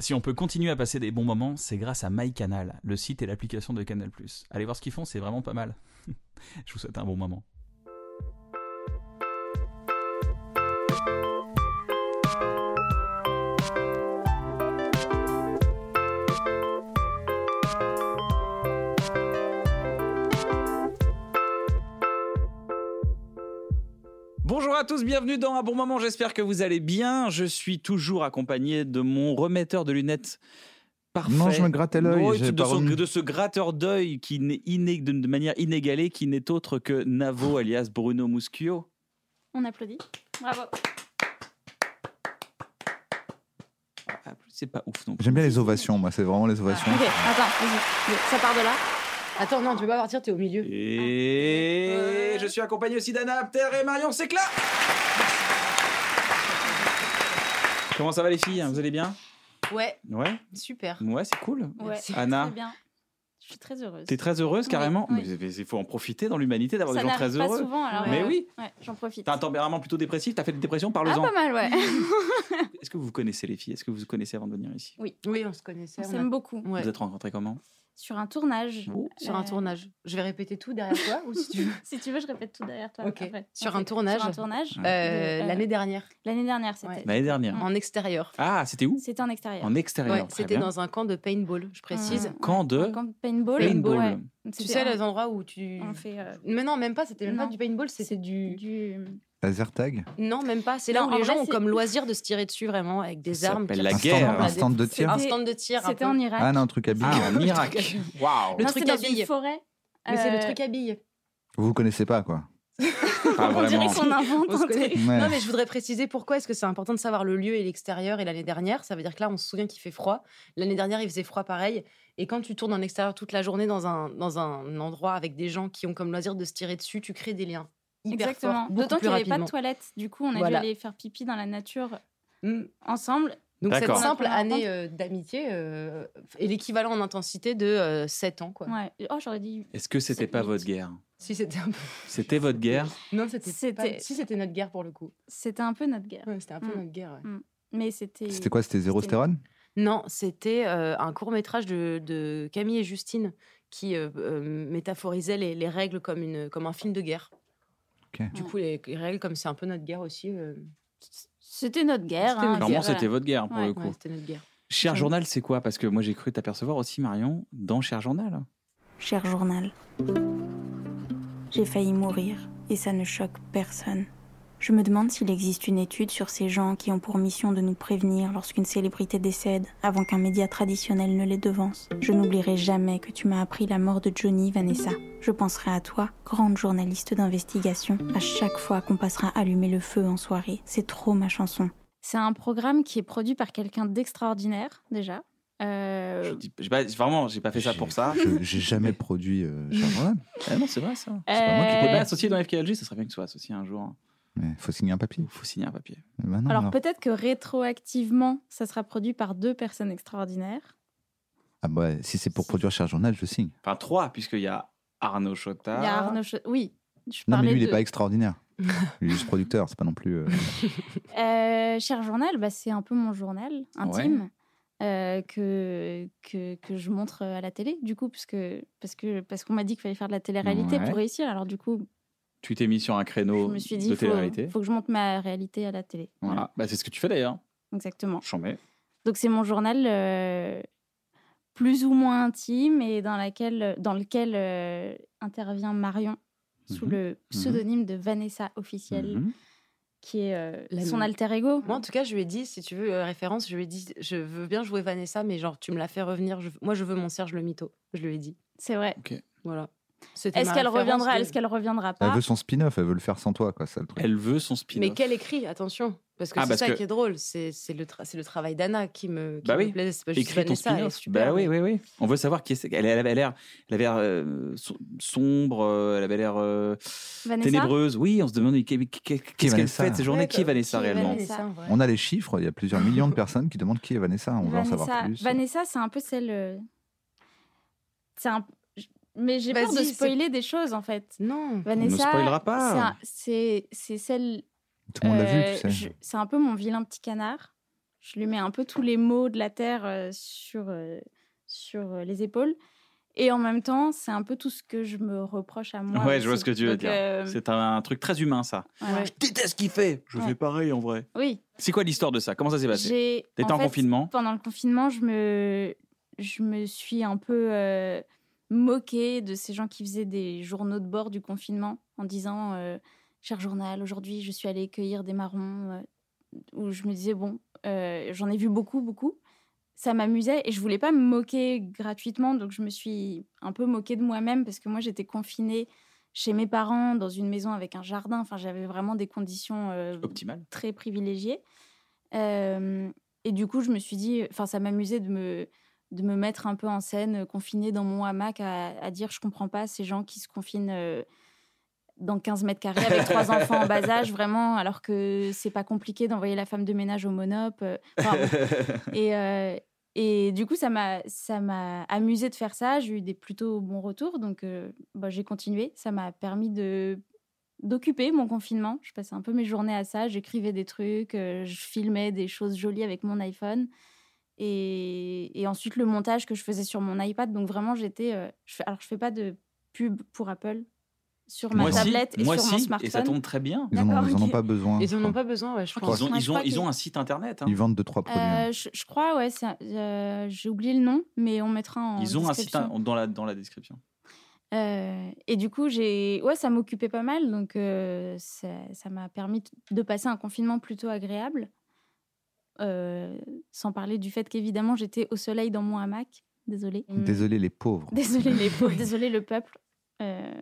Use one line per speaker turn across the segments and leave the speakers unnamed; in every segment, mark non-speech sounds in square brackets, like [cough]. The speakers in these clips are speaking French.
Si on peut continuer à passer des bons moments, c'est grâce à MyCanal, le site et l'application de Canal+. Allez voir ce qu'ils font, c'est vraiment pas mal. [laughs] Je vous souhaite un bon moment. Bonjour à tous, bienvenue dans Un bon moment, j'espère que vous allez bien. Je suis toujours accompagné de mon remetteur de lunettes parfait.
Non, je me grattais l'œil,
Oui,
j'ai
de,
pas
son-
remis.
de ce gratteur d'œil qui n'est iné- de manière inégalée, qui n'est autre que Navo alias Bruno Muschio.
On applaudit. Bravo.
Ah, C'est pas ouf non plus.
J'aime bien les ovations, moi, c'est vraiment les ovations.
Ok, attends, vas-y. Ça part de là.
Attends, non, tu peux pas partir, t'es au milieu.
Et je suis accompagné aussi d'Anna Apter et Marion Séclat. Comment ça va les filles Vous allez bien
Ouais,
Ouais,
super.
ouais, c'est cool.
Ouais.
Anna.
Très bien. Je suis très heureuse.
T'es très heureuse
Oui,
carrément.
oui.
Mais- Mais il faut en profiter dans l'humanité d'avoir
Ça
des gens très
n'arrive pas
heureux.
souvent, alors.
Mais
ouais.
oui.
Ouais, j'en profite.
T'as un tempérament plutôt dépressif. T'as fait des dépressions.
ah,
Parle-en.
pas mal, ouais. [laughs]
Est-ce que vous vous connaissez les filles Est-ce que vous vous connaissez avant de venir ici
Oui, on se connaissait.
On
on a-
s'aime beaucoup.
Ouais,
Vous êtes rencontrés comment
Sur un tournage.
Oh.
Sur un
Euh,
tournage. Je vais répéter tout derrière toi, ou si tu
[laughs]
veux. Euh,
Si tu veux, je répète tout derrière toi.
Ok.
après.
Sur
Ok.
un tournage.
Sur un tournage.
Euh,
Ouais.
De- euh,
L'année dernière,
L'année dernière, c'était.
Ouais.
L'année dernière.
en extérieur.
Ah, c'était où
C'était en extérieur.
En
Ouais,
extérieur. très
c'était
bien.
dans un camp de paintball, je précise.
Un-
Camp de
un camp de paintball.
paintball.
Ouais.
Tu
Ah, C'était
sais,
un-
les endroits où tu.
On fait euh,
Mais non, même pas, c'était même pas
Non.
du paintball, c'était du...
du.
Laser tag
Non, même pas. C'est là
Non,
où
en
les gens
vrai,
ont
c'est-
comme loisir de se tirer dessus vraiment avec des
Ça
armes.
s'appelle
qui
la
un
ressemblent
stand,
guerre.
à
un
des-
stand de tir
Un
C'était-
stand de tir. un
C'était
peu.
en Irak.
Ah non, un truc à billes.
Ah, en [laughs]
Le
Irak.
truc
Waouh.
hein. Le
Non,
truc
c'était
à
dans une
billes.
forêt.
Mais c'est le
Euh,
truc à billes.
Vous vous connaissez pas, quoi.
Pas
[laughs] On dirait
vraiment.
qu'on invente
On se
un truc.
Ouais.
Non, mais je voudrais préciser pourquoi est-ce que c'est important de savoir le lieu et l'extérieur. Et l'année dernière, ça veut dire que là, on se souvient qu'il fait froid. L'année dernière, il faisait froid pareil. Et quand tu tournes en extérieur toute la journée dans un, dans un endroit avec des gens qui ont comme loisir de se tirer dessus, tu crées des liens. Hyper
Exactement.
forts, beaucoup
D'autant
plus
qu'il n'y avait pas de
rapidement.
toilette. Du coup, on a
Voilà.
dû aller faire pipi dans la nature
Mm.
ensemble.
Donc cette
D'accord.
simple
Notre rencontre.
année euh, d'amitié euh, est l'équivalent en intensité de 7 ans. Quoi.
Ouais. Oh, j'aurais dit.
Est-ce que c'était
C'est
pas
huit.
votre guerre
Si c'était un peu...
C'était votre guerre
Non, c'était pas-
C'était-
Si c'était notre guerre pour le coup.
C'était un peu notre guerre.
Ouais, c'était un peu
Mm.
notre guerre. ouais.
Mais c'était.
C'était quoi C'était Zéro
C'était-
Stérone
Non, c'était euh, un court métrage de, de Camille et Justine qui euh, euh, métaphorisait les, les règles comme, une, comme un film de guerre.
Ok.
Du
Ouais.
coup, les, les règles, comme c'est un peu notre guerre aussi, euh,
C'était notre guerre.
C'était
hein,
notre
Clairement,
guerre,
voilà.
c'était votre guerre pour
Ouais.
le coup.
ouais, c'était notre guerre.
Cher Journal, c'est quoi Parce que moi, j'ai cru t'apercevoir aussi, Marion, dans Cher Journal.
Cher journal, j'ai failli mourir et ça ne choque personne. Je me demande s'il existe une étude sur ces gens qui ont pour mission de nous prévenir lorsqu'une célébrité décède avant qu'un média traditionnel ne les devance. Je n'oublierai jamais que tu m'as appris la mort de Johnny Vanessa. Je penserai à toi, grande journaliste d'investigation, à chaque fois qu'on passera allumer le feu en soirée. C'est trop ma chanson.
C'est un programme qui est produit par quelqu'un d'extraordinaire, déjà. Euh,
Je dis- j'ai pas- Vraiment, j'ai pas fait ça
J'ai-
pour ça.
je- J'ai jamais produit
[laughs]
euh, Cher Journal.
Ah non, c'est vrai ça. C'est pas moi qui Ah,
Euh,
pourrais l'associer dans FKLG, ça serait bien que ce soit associé un jour.
Mais faut signer un papier.
Il faut signer un papier.
Eh ben non,
Alors
alors.
peut-être que rétroactivement, ça sera produit par deux personnes extraordinaires.
Ah bah, si c'est pour produire Cher Journal, je signe.
Enfin, trois, puisqu'il y a Arnaud Chota.
Il y a Arnaud. Cho- Oui. Je
Non, mais
parlais
lui, il
de-
est pas extraordinaire.
[laughs]
Il est juste producteur, c'est pas non plus. euh,
Euh, cher journal, bah, c'est un peu mon journal intime euh, que, que, que je montre à la télé, du coup, parce que, parce que, parce qu'on m'a dit qu'il fallait faire de la télé-réalité
Ouais.
pour réussir. Alors du coup,
Tu t'es mis sur un
je
créneau
me suis dit,
de
il faut,
télé-réalité.
faut que je monte ma réalité à la télé.
Voilà. Bah, c'est ce que tu fais d'ailleurs.
Exactement.
J'en mets.
Donc c'est mon journal euh, plus ou moins intime et dans, laquelle, dans lequel euh, intervient Marion sous
Mhm.
le pseudonyme de Vanessa officielle,
Mhm.
qui est euh,
La
son
mienne.
alter ego.
Moi, en tout cas, je lui ai dit, si tu veux euh, référence, je lui ai dit, je veux bien jouer Vanessa, mais genre, tu me la fais revenir. je- Moi, je veux mon Serge le mytho. Je lui ai dit.
C'est vrai.
Voilà. C'était
Est-ce
ma
qu'elle
référence
reviendra
de-
Est-ce qu'elle reviendra
Elle
pas
veut son spin-off, elle veut le faire sans toi, quoi, ça le truc.
Elle veut son spin
Mais quel écrit, attention. Parce que
Ah,
c'est
parce
ça
que-
qui est drôle. C'est c'est le, tra- c'est le travail d'Anna qui me, qui
Bah
me
oui.
plaît. C'est pas juste
Écris ton
Vanessa, elle est
spin-off.
super.
bah oui,
mais-
oui, oui. On veut savoir qui est. Elle, elle avait l'air, elle avait l'air euh, so- sombre, euh, elle avait l'air euh,
Vanessa
ténébreuse. Oui, on se demande qu'est- qu'est- qu'est-ce qu'elle
Vanessa
fait de ces journées.
Ouais,
Qui est
bah,
quoi.
Vanessa
Qui est
réellement
Vanessa, en vrai
On a les chiffres, il y a plusieurs millions de personnes qui demandent qui est Vanessa, on veut en savoir
Vanessa-
plus.
Vanessa, c'est un peu celle. euh, C'est un. j- Mais j'ai peur
Vas-y,
de
c'est-
spoiler des choses en fait.
Non.
Vanessa,
spoilera pas.
c'est un- C'est c'est celle.
Tout le monde l'a
euh,
vu, tu sais.
je- C'est un peu mon vilain petit canard. Je lui mets un peu tous les maux de la terre euh, sur euh, sur euh, les épaules. Et en même temps, c'est un peu tout ce que je me reproche à moi.
Ouais, je vois
aussi.
ce que tu veux
Donc,
dire.
euh,
C'est un, un truc très humain, ça.
voilà.
Je déteste ce qu'il fait. Je
Ouais.
fais pareil en vrai.
Oui.
C'est quoi l'histoire de ça Comment ça s'est passé
J'ai
T'étais en,
fait,
confinement.
Pendant le confinement, je me, je me suis un peu euh, moquée de ces gens qui faisaient des journaux de bord du confinement en disant euh, Cher journal, aujourd'hui je suis allée cueillir des marrons. euh, où je me disais Bon, euh, j'en ai vu beaucoup, beaucoup. Ça m'amusait et je voulais pas me moquer gratuitement, donc je me suis un peu moquée de moi-même parce que moi j'étais confinée chez mes parents dans une maison avec un jardin. Enfin, j'avais vraiment des conditions euh,
Optimal.
très privilégiée. Euh, et du coup, je me suis dit, enfin, ça m'amusait de me, de me mettre un peu en scène, euh, confinée dans mon hamac, à, à dire je comprends pas ces gens qui se confinent euh, dans 15 mètres carrés avec trois enfants en bas âge, vraiment, alors que c'est pas compliqué d'envoyer la femme de ménage au monop. euh, enfin, bon. Et, euh, et du coup, ça m'a, ça m'a amusé de faire ça. J'ai eu des plutôt bons retours, donc euh, bah, j'ai continué. Ça m'a permis de d'occuper mon confinement. Je passais un peu mes journées à ça. J'écrivais des trucs, euh, je filmais des choses jolies avec mon iPhone. Et, et ensuite, le montage que je faisais sur mon iPad. Donc vraiment, j'étais... euh, je fais- alors, je fais pas de pub pour Apple sur ma
moi si,
tablette et
moi
sur
si,
mon
et ça [laughs]
smartphone.
tombe très bien.
Ils en ont,
D'accord,
ils en ont
ok.
pas besoin.
Ils en
quoi.
ont pas besoin, ouais, je
Je
crois.
Ils ont,
Ouais, je
ils ont-
crois
ils
que-
ont un site internet. hein.
Ils vendent deux, trois produits. hein.
Euh, je, je crois, ouais, c'est un- euh, j'ai oublié le nom, mais on mettra en
Ils ont un site
description.
in- dans la, dans la description.
Euh, et du coup, j'ai ouais, ça m'occupait pas mal, donc euh, ça ça m'a permis t- de passer un confinement plutôt agréable. Euh, sans parler du fait qu'évidemment, j'étais au soleil dans mon hamac.
[laughs]
Désolée.
Mm.
Désolé les pauvres.
Désolée les pauvres. [laughs] Désolée le peuple. Euh,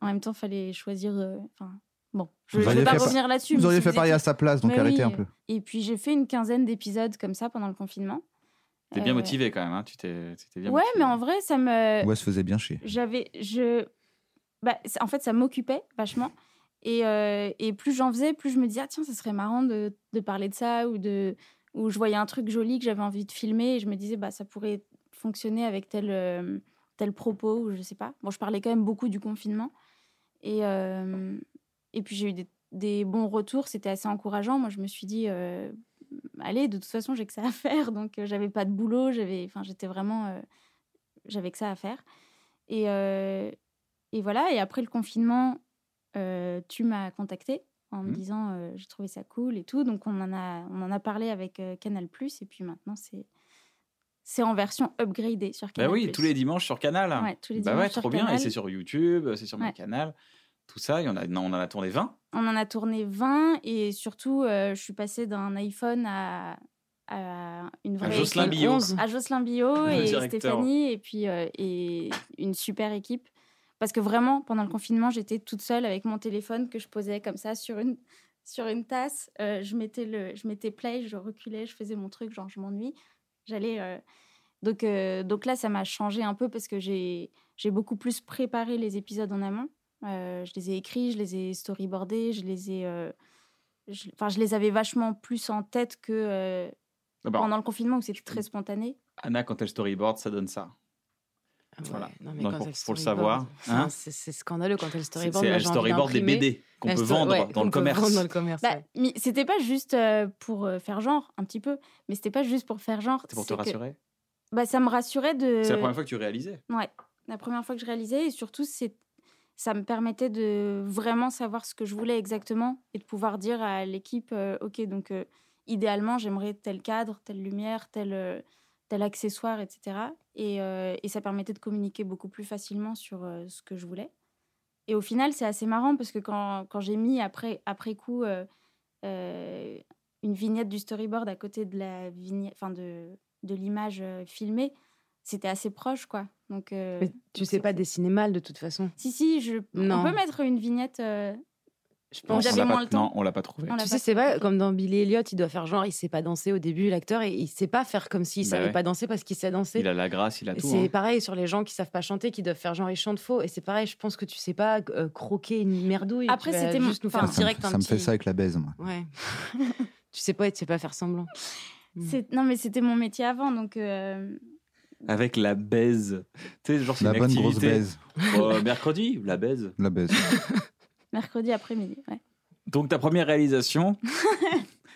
en même temps, fallait choisir. euh, Enfin, bon, je ne
Vous
vais
auriez
pas
fait par-
revenir là-dessus.
Vous
mais
auriez
si
fait
vous
parier à
étiez-
sa place, donc
Mais
arrêtez
oui,
un peu.
Et puis j'ai fait une quinzaine d'épisodes comme ça pendant le confinement.
T'es bien
Euh,
motivé quand même. hein. Tu t'es tu t'es bien
Ouais,
motivé.
mais en vrai, ça me.
euh,
Ouais, se faisait bien chier.
j'avais je bah, c- en fait ça m'occupait vachement et, euh, et plus j'en faisais plus je me disais ah, tiens ça serait marrant de, de parler de ça ou de ou je voyais un truc joli que j'avais envie de filmer et je me disais bah ça pourrait fonctionner avec tel euh, tel propos ou je sais pas bon je parlais quand même beaucoup du confinement et euh, et puis j'ai eu des, des bons retours c'était assez encourageant moi je me suis dit euh, allez de toute façon j'ai que ça à faire [laughs] donc euh, j'avais pas de boulot j'avais enfin j'étais vraiment euh, j'avais que ça à faire et, euh, et voilà, et après le confinement, euh, tu m'as contacté en me
Mhm.
disant euh, j'ai trouvé ça cool et tout. Donc on en a, on en a parlé avec euh, Canal, et puis maintenant c'est. C'est en version upgradée sur
Bah
Canal.
oui, tous les dimanches sur Canal.
Ouais, tous les
bah
dimanches
ouais,
sur
trop bien. Et
Canal.
c'est sur YouTube, c'est sur
Ouais.
mon canal. Tout ça, il y en a, non, on en a tourné 20.
On en a tourné 20 et surtout, euh, je suis passée d'un iPhone à, à une vraie.
Jocelyn
équipe.
Billot. Ah,
À Jocelyn Billot
Mmh. Le
et
directeur.
Stéphanie et puis euh, et une super équipe. Parce que vraiment, pendant
Mmh.
le confinement, j'étais toute seule avec mon téléphone que je posais comme ça sur une, sur une tasse. Euh, je, mettais le, je mettais play, je reculais, je faisais mon truc, genre je m'ennuie. J'allais. euh, Donc, euh, donc là, ça m'a changé un peu parce que j'ai j'ai beaucoup plus préparé les épisodes en amont. Euh, je les ai écrits, je les ai storyboardés, je les ai. euh, je- Enfin, je, les avais vachement plus en tête que euh,
Ah bah,
pendant le confinement où c'était très spontané.
Anna, quand elle storyboard, ça donne ça.
Ah ouais,
Voilà.
non, mais
Donc,
quand
pour-
elle
faut le
storyboard,
savoir,
enfin,
hein.
c'est c'est scandaleux quand elle
C'est
storyboard.
c'est-
moi,
elle
j'ai envie
storyboard des
d'imprimer.
BD qu'on
Elle
peut
sto-
vendre
ouais,
dans
qu'on
le
peut
commerce.
vendre dans le commerce,
Bah,
ouais.
mais c'était pas juste euh, pour euh, faire genre, un petit peu, mais c'était pas juste pour faire genre.
C'est pour te
c'est que-
rassurer.
bah, Ça me rassurait de.
C'est la première fois que tu réalisais.
Ouais, la première fois que je réalisais et surtout c'est ça me permettait de vraiment savoir ce que je voulais exactement et de pouvoir dire à l'équipe euh, OK donc euh, idéalement j'aimerais tel cadre, telle lumière, tel euh, tel accessoire etc. Et, euh, et ça permettait de communiquer beaucoup plus facilement sur euh, ce que je voulais. Et au final c'est assez marrant parce que quand, quand j'ai mis après après coup euh, euh, une vignette du storyboard à côté de la vignette enfin de de l'image euh, filmée c'était assez proche, quoi. Donc, euh,
Mais tu sais pas dessiner mal de toute façon.
si, si, je...
Non.
on peut mettre une vignette. euh,
Je
Non,
on
pense.
j'avais
l'a
moins
pas-
le temps.
Non, on l'a pas trouvé.
on l'a
Tu
pas
sais, c'est
fait.
vrai, comme dans Billy Elliot, il doit faire genre, il sait pas danser au début, l'acteur, et il sait pas faire comme s'il
Bah
savait
ouais.
pas danser parce qu'il sait danser.
Il a la grâce, il a tout.
C'est
hein.
pareil sur les gens qui savent pas chanter, qui doivent faire genre ils chantent faux. Et c'est pareil, je pense que tu sais pas euh, croquer une merdouille.
Après,
Tu vas
c'était mon-
juste nous faire
enfin,
Ah, Ça, me-
direct un
ça me fait
petit-
ça avec la baise, moi.
Ouais. [laughs] tu sais pas, et tu sais pas faire semblant.
Ah,
Mm.
C'est- Non, mais c'était mon métier avant, donc. euh,
Avec la baise. hein. Tu sais, genre, c'est
La
une
bonne grosse
activité.
baise.
Euh, mercredi, la baise.
La
[laughs]
baise.
Mercredi après-midi, ouais.
Donc, ta première
[laughs]
réalisation,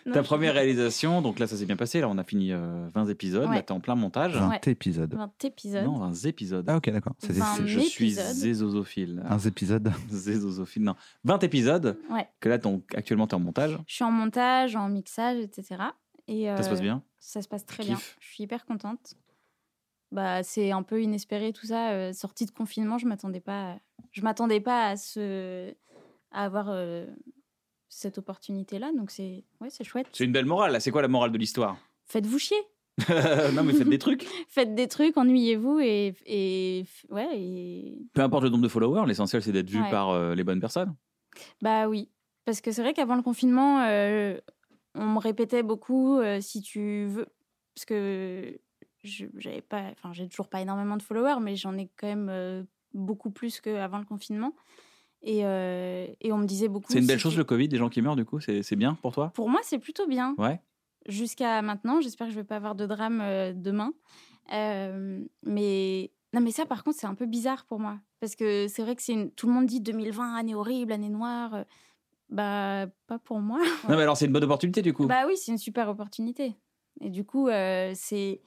Non,
ta
je-
première réalisation, donc là, ça s'est bien passé. Là, on a fini euh, 20 épisodes.
Ouais.
Là, t'es en plein montage.
20
Ouais.
épisodes.
20 épisodes.
Non, 20 épisodes.
Ah, ok, d'accord. C'est
Vingt.
c'est-
Je
un
suis
épisode.
zézozophile.
un épisode.
Zézozophile, non. 20 épisodes
Ouais.
que là, ton, actuellement, t'es en montage.
Je suis en montage, en mixage, etc. Et,
Ça se passe
euh,
bien.
Ça se passe très
Tu
bien.
kiffes
Je suis hyper contente. Bah, c'est un peu inespéré tout ça. euh, sortie de confinement, je m'attendais pas. Je m'attendais pas à ce, à avoir euh, cette opportunité-là. Donc c'est, ouais, c'est chouette.
C'est une belle morale. là. C'est quoi la morale de l'histoire
Faites-vous chier.
[laughs] Non, mais faites des trucs.
[laughs] Faites des trucs, ennuyez-vous et, et ouais. Et...
Peu importe le nombre de followers, l'essentiel, c'est d'être vu
Ouais.
par euh, les bonnes personnes.
Bah oui, parce que c'est vrai qu'avant le confinement, euh, on me répétait beaucoup euh, si tu veux, parce que je- j'avais pas, enfin j'ai toujours pas énormément de followers, mais j'en ai quand même euh, beaucoup plus qu'avant le confinement. Et, euh, et on me disait beaucoup.
C'est une
si
belle
tu-
chose, le Covid, des gens qui meurent, du coup. C'est c'est bien pour toi
Pour moi, c'est plutôt bien.
Ouais.
Jusqu'à maintenant, j'espère que je vais pas avoir de drame euh, demain. Euh, mais non, mais ça, par contre, c'est un peu bizarre pour moi, parce que c'est vrai que c'est une... tout le monde dit 2020 année horrible, année noire. euh, Bah pas pour moi.
Non, mais alors, c'est une bonne opportunité, du coup.
Bah oui, c'est une super opportunité. Et du coup, euh, c'est.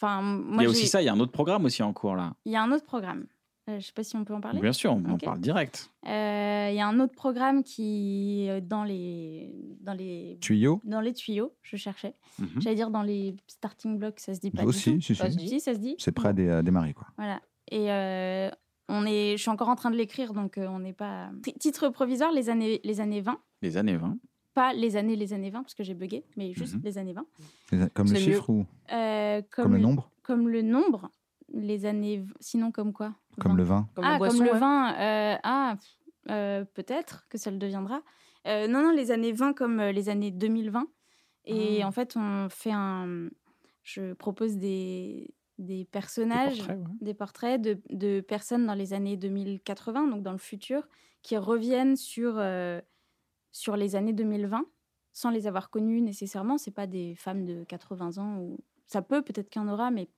Enfin, moi,
il y a
j'ai-
aussi ça, il y a un autre programme aussi en cours, là.
Il y a un autre programme. Euh, je sais pas si on peut en parler. Euh,
Bien sûr, on en
Ok.
parle direct.
Il y a un autre programme qui euh, dans les dans les
Tuyau
dans les tuyaux. Je cherchais.
Mhm.
J'allais dire dans les starting blocks, ça se dit pas. du
Aussi,
tout.
si, si.
Pas du-
Si, ça se dit.
C'est prêt à, dé- à démarrer, quoi.
Voilà. Et euh, on est. Je suis encore en train de l'écrire, donc euh, on n'est pas. T- Titre provisoire, les années les années 20.
Les années 20.
Pas les années les années 20 parce que j'ai bugué, mais juste
Mhm.
les années 20.
C'est- Comme le
C'est
chiffre ou
Euh,
comme, le nombre
comme le nombre, les années, v- sinon comme quoi
Comme le vin
Comme
ah,
la boisson,
comme le
ouais.
vin, euh, ah, pff, euh, peut-être que ça le deviendra. Euh, non, non, les années 20 comme euh, les années 2020. Et
Ah.
en fait, on fait un. Je propose des, des
Des
personnages,
portraits, ouais.
des portraits de, de personnes dans les années 2080, donc dans le futur, qui reviennent sur, euh, sur les années 2020 sans les avoir connues nécessairement. C'est pas des femmes de 80 ans ou ça peut peut-être qu'il y en aura, mais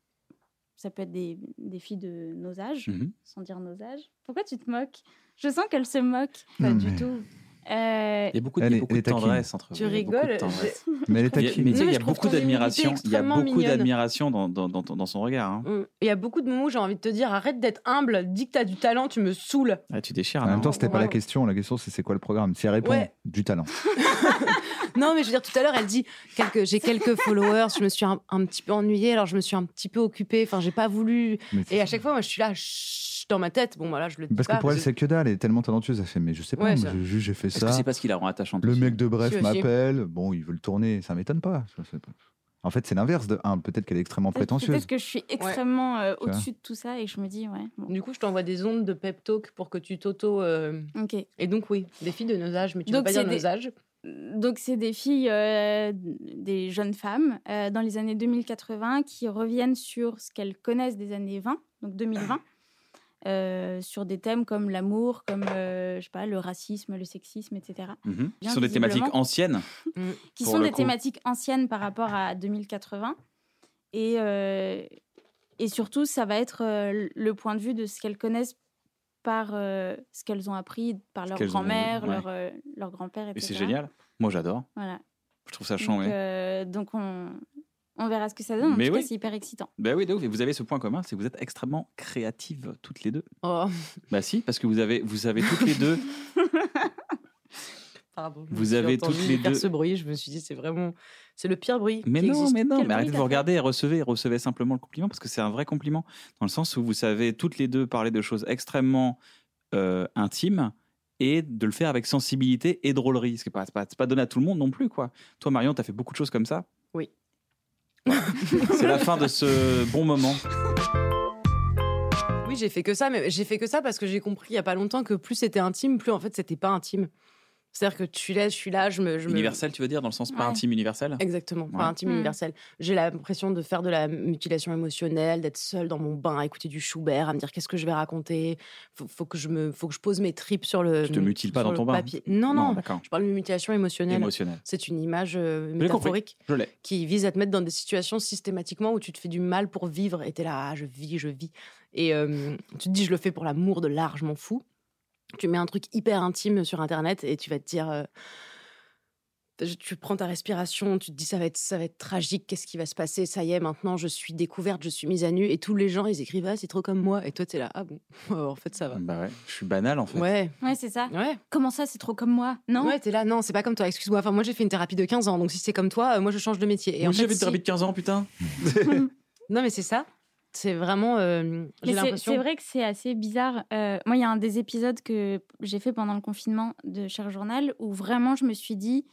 ça peut être des, des filles de nos âges,
Mhm.
sans dire nos âges. Pourquoi tu te moques Je sens qu'elle se moque.
Pas
Non,
du
mais-
tout.
Euh,
Il y a beaucoup de,
Elle
il y a
est-
beaucoup
elle
de
est taquine.
tendresse entre vous. il
Tu
y a beaucoup de
rigoles,
tendresse.
j'ai-
Mais elle est
Il y a-
taquine.
mais tu sais,
Non, mais
il y
je
a
trouve
beaucoup
ton humilité
d'admiration. Il y a
extrêmement
beaucoup
mignonne.
d'admiration dans, dans, dans, ton- dans son regard. hein.
Mm. Il y a beaucoup de moments où j'ai envie de te dire arrête d'être humble, dis que t'as du talent, tu me saoules.
Ah, tu déchires.
En
non
même temps, c'était pas la
Wow.
question. La question, c'est c'est quoi le programme Si elle répond,
Ouais.
du talent.
Non, mais je veux dire, tout à l'heure, elle dit quelques, j'ai quelques followers, je me suis un, un petit peu ennuyée, alors je me suis un petit peu occupée, enfin, j'ai pas voulu.
Mais
Et à chaque fois, moi, je suis là, chut, dans ma tête. Bon, voilà, je le dis
Parce
pas.
que pour elle, c'est que dalle. Elle est tellement talentueuse. Elle fait, mais je sais pas,
Ouais,
moi,
ça-
je- juste, j'ai fait
Est-ce que
ça.
c'est pas ce qui la rend attachante
Le
aussi
mec de
Si,
Bref
aussi.
m'appelle. Bon, il veut le tourner. Ça m'étonne pas. Ça, c'est pas- En fait, c'est l'inverse de un. Peut-être qu'elle est extrêmement
peut-être-
prétentieuse.
Peut-être que je suis extrêmement euh,
vois.
au-dessus de tout ça et que je me dis, ouais, bon,
Du coup, je t'envoie des ondes de pep talk pour que tu t'auto. euh,
ok.
Et donc, oui, des filles de nos âges, mais tu
Donc,
peux pas dire
c'est des-
nos âges.
Donc, c'est des filles, euh, des jeunes femmes euh, dans les années 2080 qui reviennent sur ce qu'elles connaissent des années 20, donc 2020, euh, sur des thèmes comme l'amour, comme euh, je sais pas, le racisme, le sexisme, etc.
Mhm. Qui
Bien
sont des thématiques
visiblement.
anciennes.
qui
pour
sont
le
des
coup.
thématiques anciennes par rapport à 2080. Et, euh, et surtout, ça va être euh, le point de vue de ce qu'elles connaissent par euh, ce qu'elles ont appris par leur
qu'elles ont-
grand-mère,
ouais.
leur, euh, leur grand-père,
Et
etc.
c'est génial. Moi, j'adore.
Voilà.
Je trouve ça
Donc,
chambé.
euh, donc on, on verra ce que ça donne. En
Mais
tout
oui.
cas, c'est hyper excitant.
Ben oui, de ouf. Et vous avez ce point commun, c'est que vous êtes extrêmement créatives toutes les deux.
Oh,
Bah si, parce que vous avez, vous avez toutes les deux.
pardon. je me
Vous
suis
avez
entendue
toutes les
faire
deux-
ce bruit, je me suis dit, c'est vraiment. C'est le pire bruit.
Mais
qui
non,
existe.
mais non,
Quel
mais
bruit
arrêtez de
t'as
vous
fait
regarder et recevez, recevez simplement le compliment parce que c'est un vrai compliment dans le sens où vous savez toutes les deux parler de choses extrêmement euh, intimes et de le faire avec sensibilité et drôlerie. Ce qui n'est pas, c'est pas, c'est pas donné à tout le monde non plus, quoi. Toi, Marion, t'as fait beaucoup de choses comme ça.
Oui.
[laughs] C'est la fin de ce bon moment.
Oui, j'ai fait que ça, mais j'ai fait que ça parce que j'ai compris il y a pas longtemps que plus c'était intime, plus en fait c'était pas intime. C'est-à-dire que tu l'es, je suis là, je me. Je
[laughs]
me-
Universel, tu veux dire, dans le sens pas
Ouais.
intime universel
Exactement,
Ouais.
pas intime,
Hmm.
universel. J'ai l'impression de faire de la mutilation émotionnelle, d'être seule dans mon bain, à écouter du Schubert, à me dire qu'est-ce que je vais raconter. Faut, faut que je me, faut que je pose mes tripes sur le.
Tu te mutiles pas
sur
dans
le
ton bain.
papier. Non, non.
d'accord.
je parle de mutilation émotionnelle.
Émotionnel.
C'est une image euh,
J'ai compris.
métaphorique
Je l'ai.
qui vise à te mettre dans des situations systématiquement où tu te fais du mal pour vivre et t'es là, ah, je vis, je vis. Et euh, tu te dis, je le fais pour l'amour de l'art, je m'en fous. Tu mets un truc hyper intime sur Internet et tu vas te dire. euh, je- tu prends ta respiration, tu te dis ça va être ça va être tragique, qu'est-ce qui va se passer Ça y est, maintenant je suis découverte, je suis mise à nu et tous les gens ils écrivent ah c'est trop comme moi et toi t'es là ah bon [laughs] en fait ça va
Bah ouais, je suis banal en fait.
ouais
Ouais, c'est ça.
ouais
Comment ça, c'est trop comme moi Non
ouais t'es là non c'est pas comme toi excuse-moi enfin moi j'ai fait une thérapie de 15 ans donc si c'est comme toi euh, moi je change de métier et
Moi,
en
j'avais
fait,
une thérapie
si-
de 15 ans, putain.
Non, mais c'est ça. C'est vraiment. euh,
Mais
j'ai
c'est- c'est
l'impression.
vrai que c'est assez bizarre. Euh, moi, il y a un des épisodes que j'ai fait pendant le confinement de Cher Journal où vraiment je me suis dit,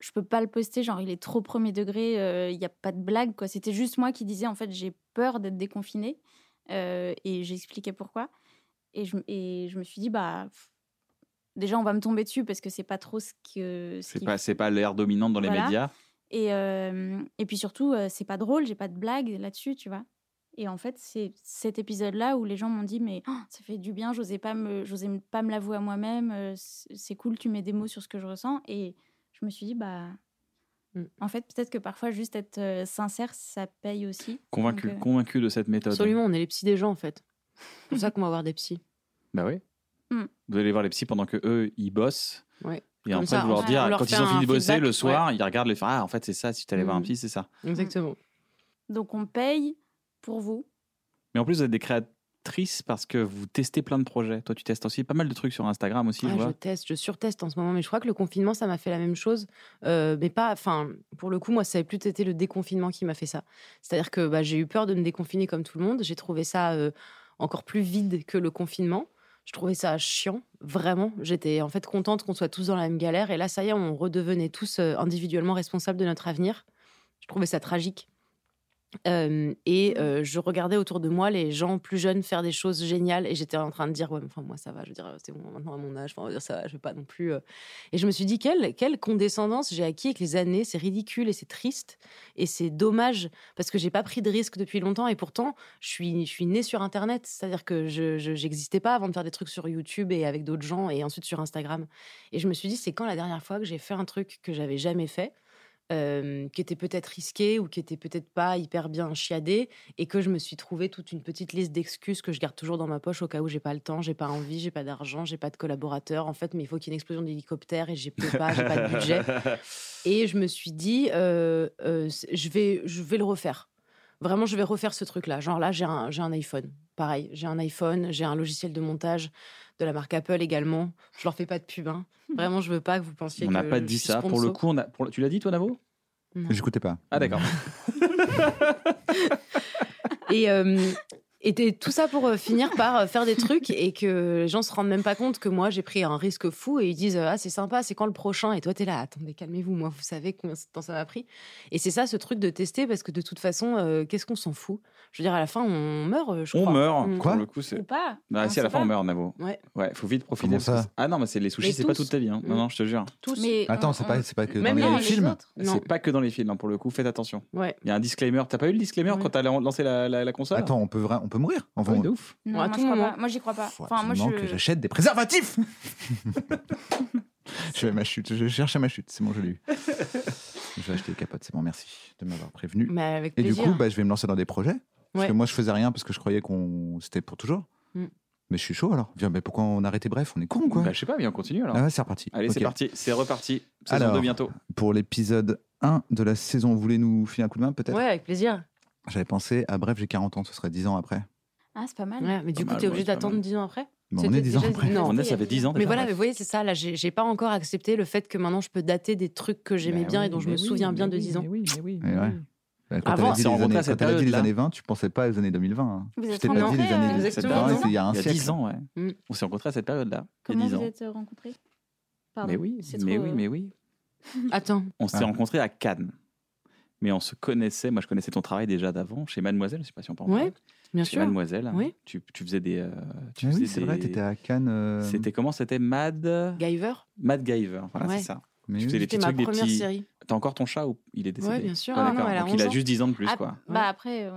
je peux pas le poster, genre il est trop premier degré, euh, il n'y a pas de blague. quoi. C'était juste moi qui disais, en fait, j'ai peur d'être déconfinée euh, et j'expliquais pourquoi. Et je, et je me suis dit, bah, pff, déjà, on va me tomber dessus parce que c'est pas trop ce que. ce
C'est
qui-
pas, c'est pas l'air dominante dans les
Voilà.
médias.
Et, euh, et puis surtout, euh, c'est pas drôle, j'ai pas de blague là-dessus, tu vois. Et en fait, c'est cet épisode-là où les gens m'ont dit Mais oh, ça fait du bien, j'osais pas me, j'osais m- pas me l'avouer à moi-même, euh, c- c'est cool, tu mets des mots sur ce que je ressens. Et je me suis dit Bah,
Mmh.
Mm.
en fait, peut-être que parfois, juste être euh, sincère, ça paye aussi.
Convaincu,
Donc, euh,
convaincu de cette méthode.
Absolument, on est les psys des gens, en fait. C'est
[laughs]
pour ça qu'on va voir des psys.
Bah oui.
Hmm.
Vous allez voir les psys pendant que eux ils bossent.
Ouais.
Et
Comme
après
ça,
vous leur
on-
dire
on leur
quand
fait
ils ont
un
fini de bosser
feedback,
le soir, ils regardent les ah en fait c'est ça si tu allais voir un
Hmm.
psy c'est ça.
Exactement.
donc, on paye pour vous.
Mais en plus vous êtes des créatrices parce que vous testez plein de projets. Toi tu testes aussi pas mal de trucs sur Instagram aussi
Ah,
je
je
vois.
teste, je surteste en ce moment, mais je crois que le confinement, ça m'a fait la même chose. Euh, mais pas, enfin, pour le coup, moi, ça a plus été le déconfinement qui m'a fait ça. C'est-à-dire que bah, j'ai eu peur de me déconfiner comme tout le monde. J'ai trouvé ça euh, encore plus vide que le confinement. Je trouvais ça chiant, vraiment. J'étais en fait contente qu'on soit tous dans la même galère. Et là, ça y est, on redevenait tous euh, individuellement responsables de notre avenir. Je trouvais ça tragique. Euh, et euh, je regardais autour de moi les gens plus jeunes faire des choses géniales et j'étais en train de dire ouais mais enfin moi ça va je veux dire c'est bon maintenant à mon âge enfin on va dire ça va, je vais pas non plus euh. et je me suis dit quelle quelle condescendance j'ai acquis avec les années c'est ridicule et c'est triste et c'est dommage parce que j'ai pas pris de risque depuis longtemps et pourtant je suis je suis née sur internet c'est-à-dire que je je- j'existais pas avant de faire des trucs sur YouTube et avec d'autres gens et ensuite sur Instagram et je me suis dit c'est quand la dernière fois que j'ai fait un truc que j'avais jamais fait euh, qui était peut-être risqué ou qui était peut-être pas hyper bien chiadé et que je me suis trouvé toute une petite liste d'excuses que je garde toujours dans ma poche au cas où j'ai pas le temps, j'ai pas envie, j'ai pas d'argent, j'ai pas de collaborateur en fait, mais il faut qu'il y ait une explosion d'hélicoptère et j'ai peut-être pas, j'ai pas de
[laughs]
budget. Et je me suis dit, euh, euh, c'est- je, vais, je vais le refaire. Vraiment, je vais refaire ce truc-là. Genre là, j'ai un, j'ai un iPhone. Pareil, j'ai un iPhone, j'ai un logiciel de montage de la marque Apple également. Je leur fais pas de pub.
[laughs]
hein. Vraiment, je veux pas que vous pensiez
On
que
n'a pas
je
dit
suis
ça pour
sponsor.
le coup on a pour- tu l'as dit toi Navo
Non.
J'écoutais pas.
Ah d'accord.
Et, euh, et t'es- tout ça pour euh, finir par euh, faire des trucs et que les gens se rendent même pas compte que moi j'ai pris un risque fou et ils disent euh, ah c'est sympa c'est quand le prochain et toi t'es là attendez calmez-vous moi vous savez combien de temps ça m'a pris et c'est ça ce truc de tester parce que de toute façon euh, qu'est-ce qu'on s'en fout je veux dire à la fin on meurt euh, je
on
crois.
meurt.
Mm.
Pour
Quoi
le coup c'est
Ou
Ah,
pas on
si à
sait
la fin
pas.
on meurt Navo.
Ouais.
Ouais, faut vite profiter
Comment
parce que
ça
c'est- Ah non mais c'est les sushis
Mais
c'est pas
tous.
toute ta vie hein. Non
Mm.
non, je te jure.
tous
Mais
Attends,
on-
c'est pas,
on-
c'est pas que
Même
dans
dans
les,
les
films.
autres.
Non.
C'est pas que dans les films, hein, pour le coup, faites attention.
ouais
Il y a un disclaimer. T'as pas eu le disclaimer
Ouais.
quand t'as lancé la, la, la console
Attends, on peut, vra- on peut mourir en
Ah oui,
vrai.
de ouf.
Non,
À
moi,
tout
je crois
moment.
pas. Moi, j'y crois pas.
Faut
Enfin, moi,
absolument que
je.
j'achète des préservatifs. [laughs] je, vais à ma chute, je cherche à ma chute, c'est bon, je l'ai eu. je vais acheter des capotes, c'est bon, merci de m'avoir
Mmh.
prévenu.
mais avec
Et
plaisir
du coup, bah, je vais me lancer dans des projets. Parce
Ouais.
que moi, je faisais rien parce que je croyais qu'on c'était pour toujours.
Mmh.
Mm.
Mais je suis chaud alors. Viens, mais pourquoi on a arrêté Bref, on est con quoi.
Bah, je sais pas, mais on continue
hein.
alors.
ah ouais, c'est reparti.
Allez, c'est
Ok.
parti, c'est reparti. Saison
Alors.
2 bientôt.
Pour l'épisode 1 de la saison, vous voulez nous filer un coup de main peut-être
ouais avec plaisir
J'avais pensé à Bref, j'ai 40 ans, ce serait 10 ans après.
Ah, c'est pas mal.
ouais, mais
Pas
du coup
mal,
t'es
ouais, c'est
obligé
pas
d'attendre
mal.
dix ans après
Bon, Bah, on
C'était
est 10 ans
déjà-
après.
Non.
On a, ça fait 10 ans.
mais
déjà,
voilà,
bref.
mais vous voyez, c'est ça. Là, j'ai j'ai pas encore accepté le fait que maintenant je peux dater des trucs que j'aimais
Bah
bien
oui,
et dont je
mais
me
oui,
souviens bien
mais
de
oui,
10 ans.
mais oui, mais oui,
Ouais,
mais
ouais.
oui.
Bah, Quand
Avant,
elle a dit,
c'est en
les
rentrant à
années,
cette
quand elle a dit les
période-là.
années 20, tu pensais pas aux années 2020. hein.
Vous
Je
êtes
t'ai pas dit
rencontrés,
les
euh,
années
exactement.
20, c'est il y a un
Il y a
siècle.
10 ans, ouais.
Mm.
On s'est rencontrés à cette période-là. Il y a
Comment
10
vous
ans.
êtes rencontrés Pardon,
Mais oui,
c'est
mais
trop-
oui, mais oui.
Attends,
On s'est
Ah.
rencontrés à Cannes. mais on se connaissait. Moi, je connaissais ton travail déjà d'avant chez Mademoiselle. Je sais pas si on peut en
Ouais,
parler.
Bien
chez
sûr.
Mademoiselle,
Oui.
tu, tu faisais des. euh, tu
Ah oui,
faisais
c'est
des-
vrai, t'étais à Cannes. euh,
C'était comment C'était Mad.
Guyver,
Mad Giver. Voilà,
Ouais.
c'est ça.
mais
Tu
oui.
faisais des
c'était
petits
ma
trucs, des
première
petits.
série.
T'as encore ton chat ou il est décédé
Ouais, bien sûr.
Ah,
Ah,
d'accord.
non, elle a
Donc il a
11 ans.
juste 10 ans de plus,
Ah,
quoi.
Bah après, euh,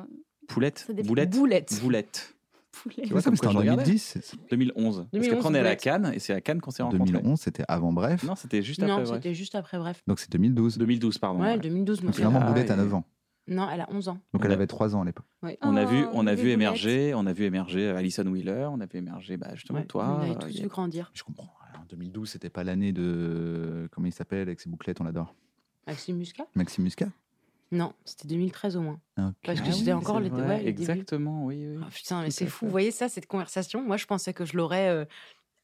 Poulette
ça dépend.
Boulette
Boulette.
Boulette.
[laughs] poulet.
Tu vois,
Comme
comme c'était
quoi
en
je regardais.
2010, c'est-
2011. Parce que
2011,
quand on est à la
Boulette.
Cannes, et c'est à Cannes qu'on s'est rencontrés.
2011, c'était avant Bref.
Non, c'était juste
non,
après. Ah bref.
c'était juste après, bref.
Donc c'est 2012.
2012, pardon.
Ouais,
ouais.
2012, mon
Donc
c'est là.
finalement,
Ah,
Boulette à
et-
9 ans.
Non, elle a 11 ans.
Donc
On
elle
a-
avait 3 ans à l'époque.
On a
Oh,
vu, on a vu
bébé Boulette.
émerger, on a vu émerger Alison Wheeler, on a vu émerger bah, justement
Ouais.
toi.
On avait
euh,
tous
il y a-
vu grandir.
Je comprends. En 2012, c'était pas l'année de. Comment il s'appelle Avec ses bouclettes, on l'adore.
Maxime Muscat
Maxime Muscat
Non, c'était 2013 au moins.
Ok.
Parce que
Ah oui,
j'étais encore
c'est
les-
vrai,
ouais, les débuts.
Exactement, oui. oui.
Oh, putain, mais
Tout
c'est
à
fou.
fait.
Vous voyez ça, cette conversation Moi, je pensais que je l'aurais euh,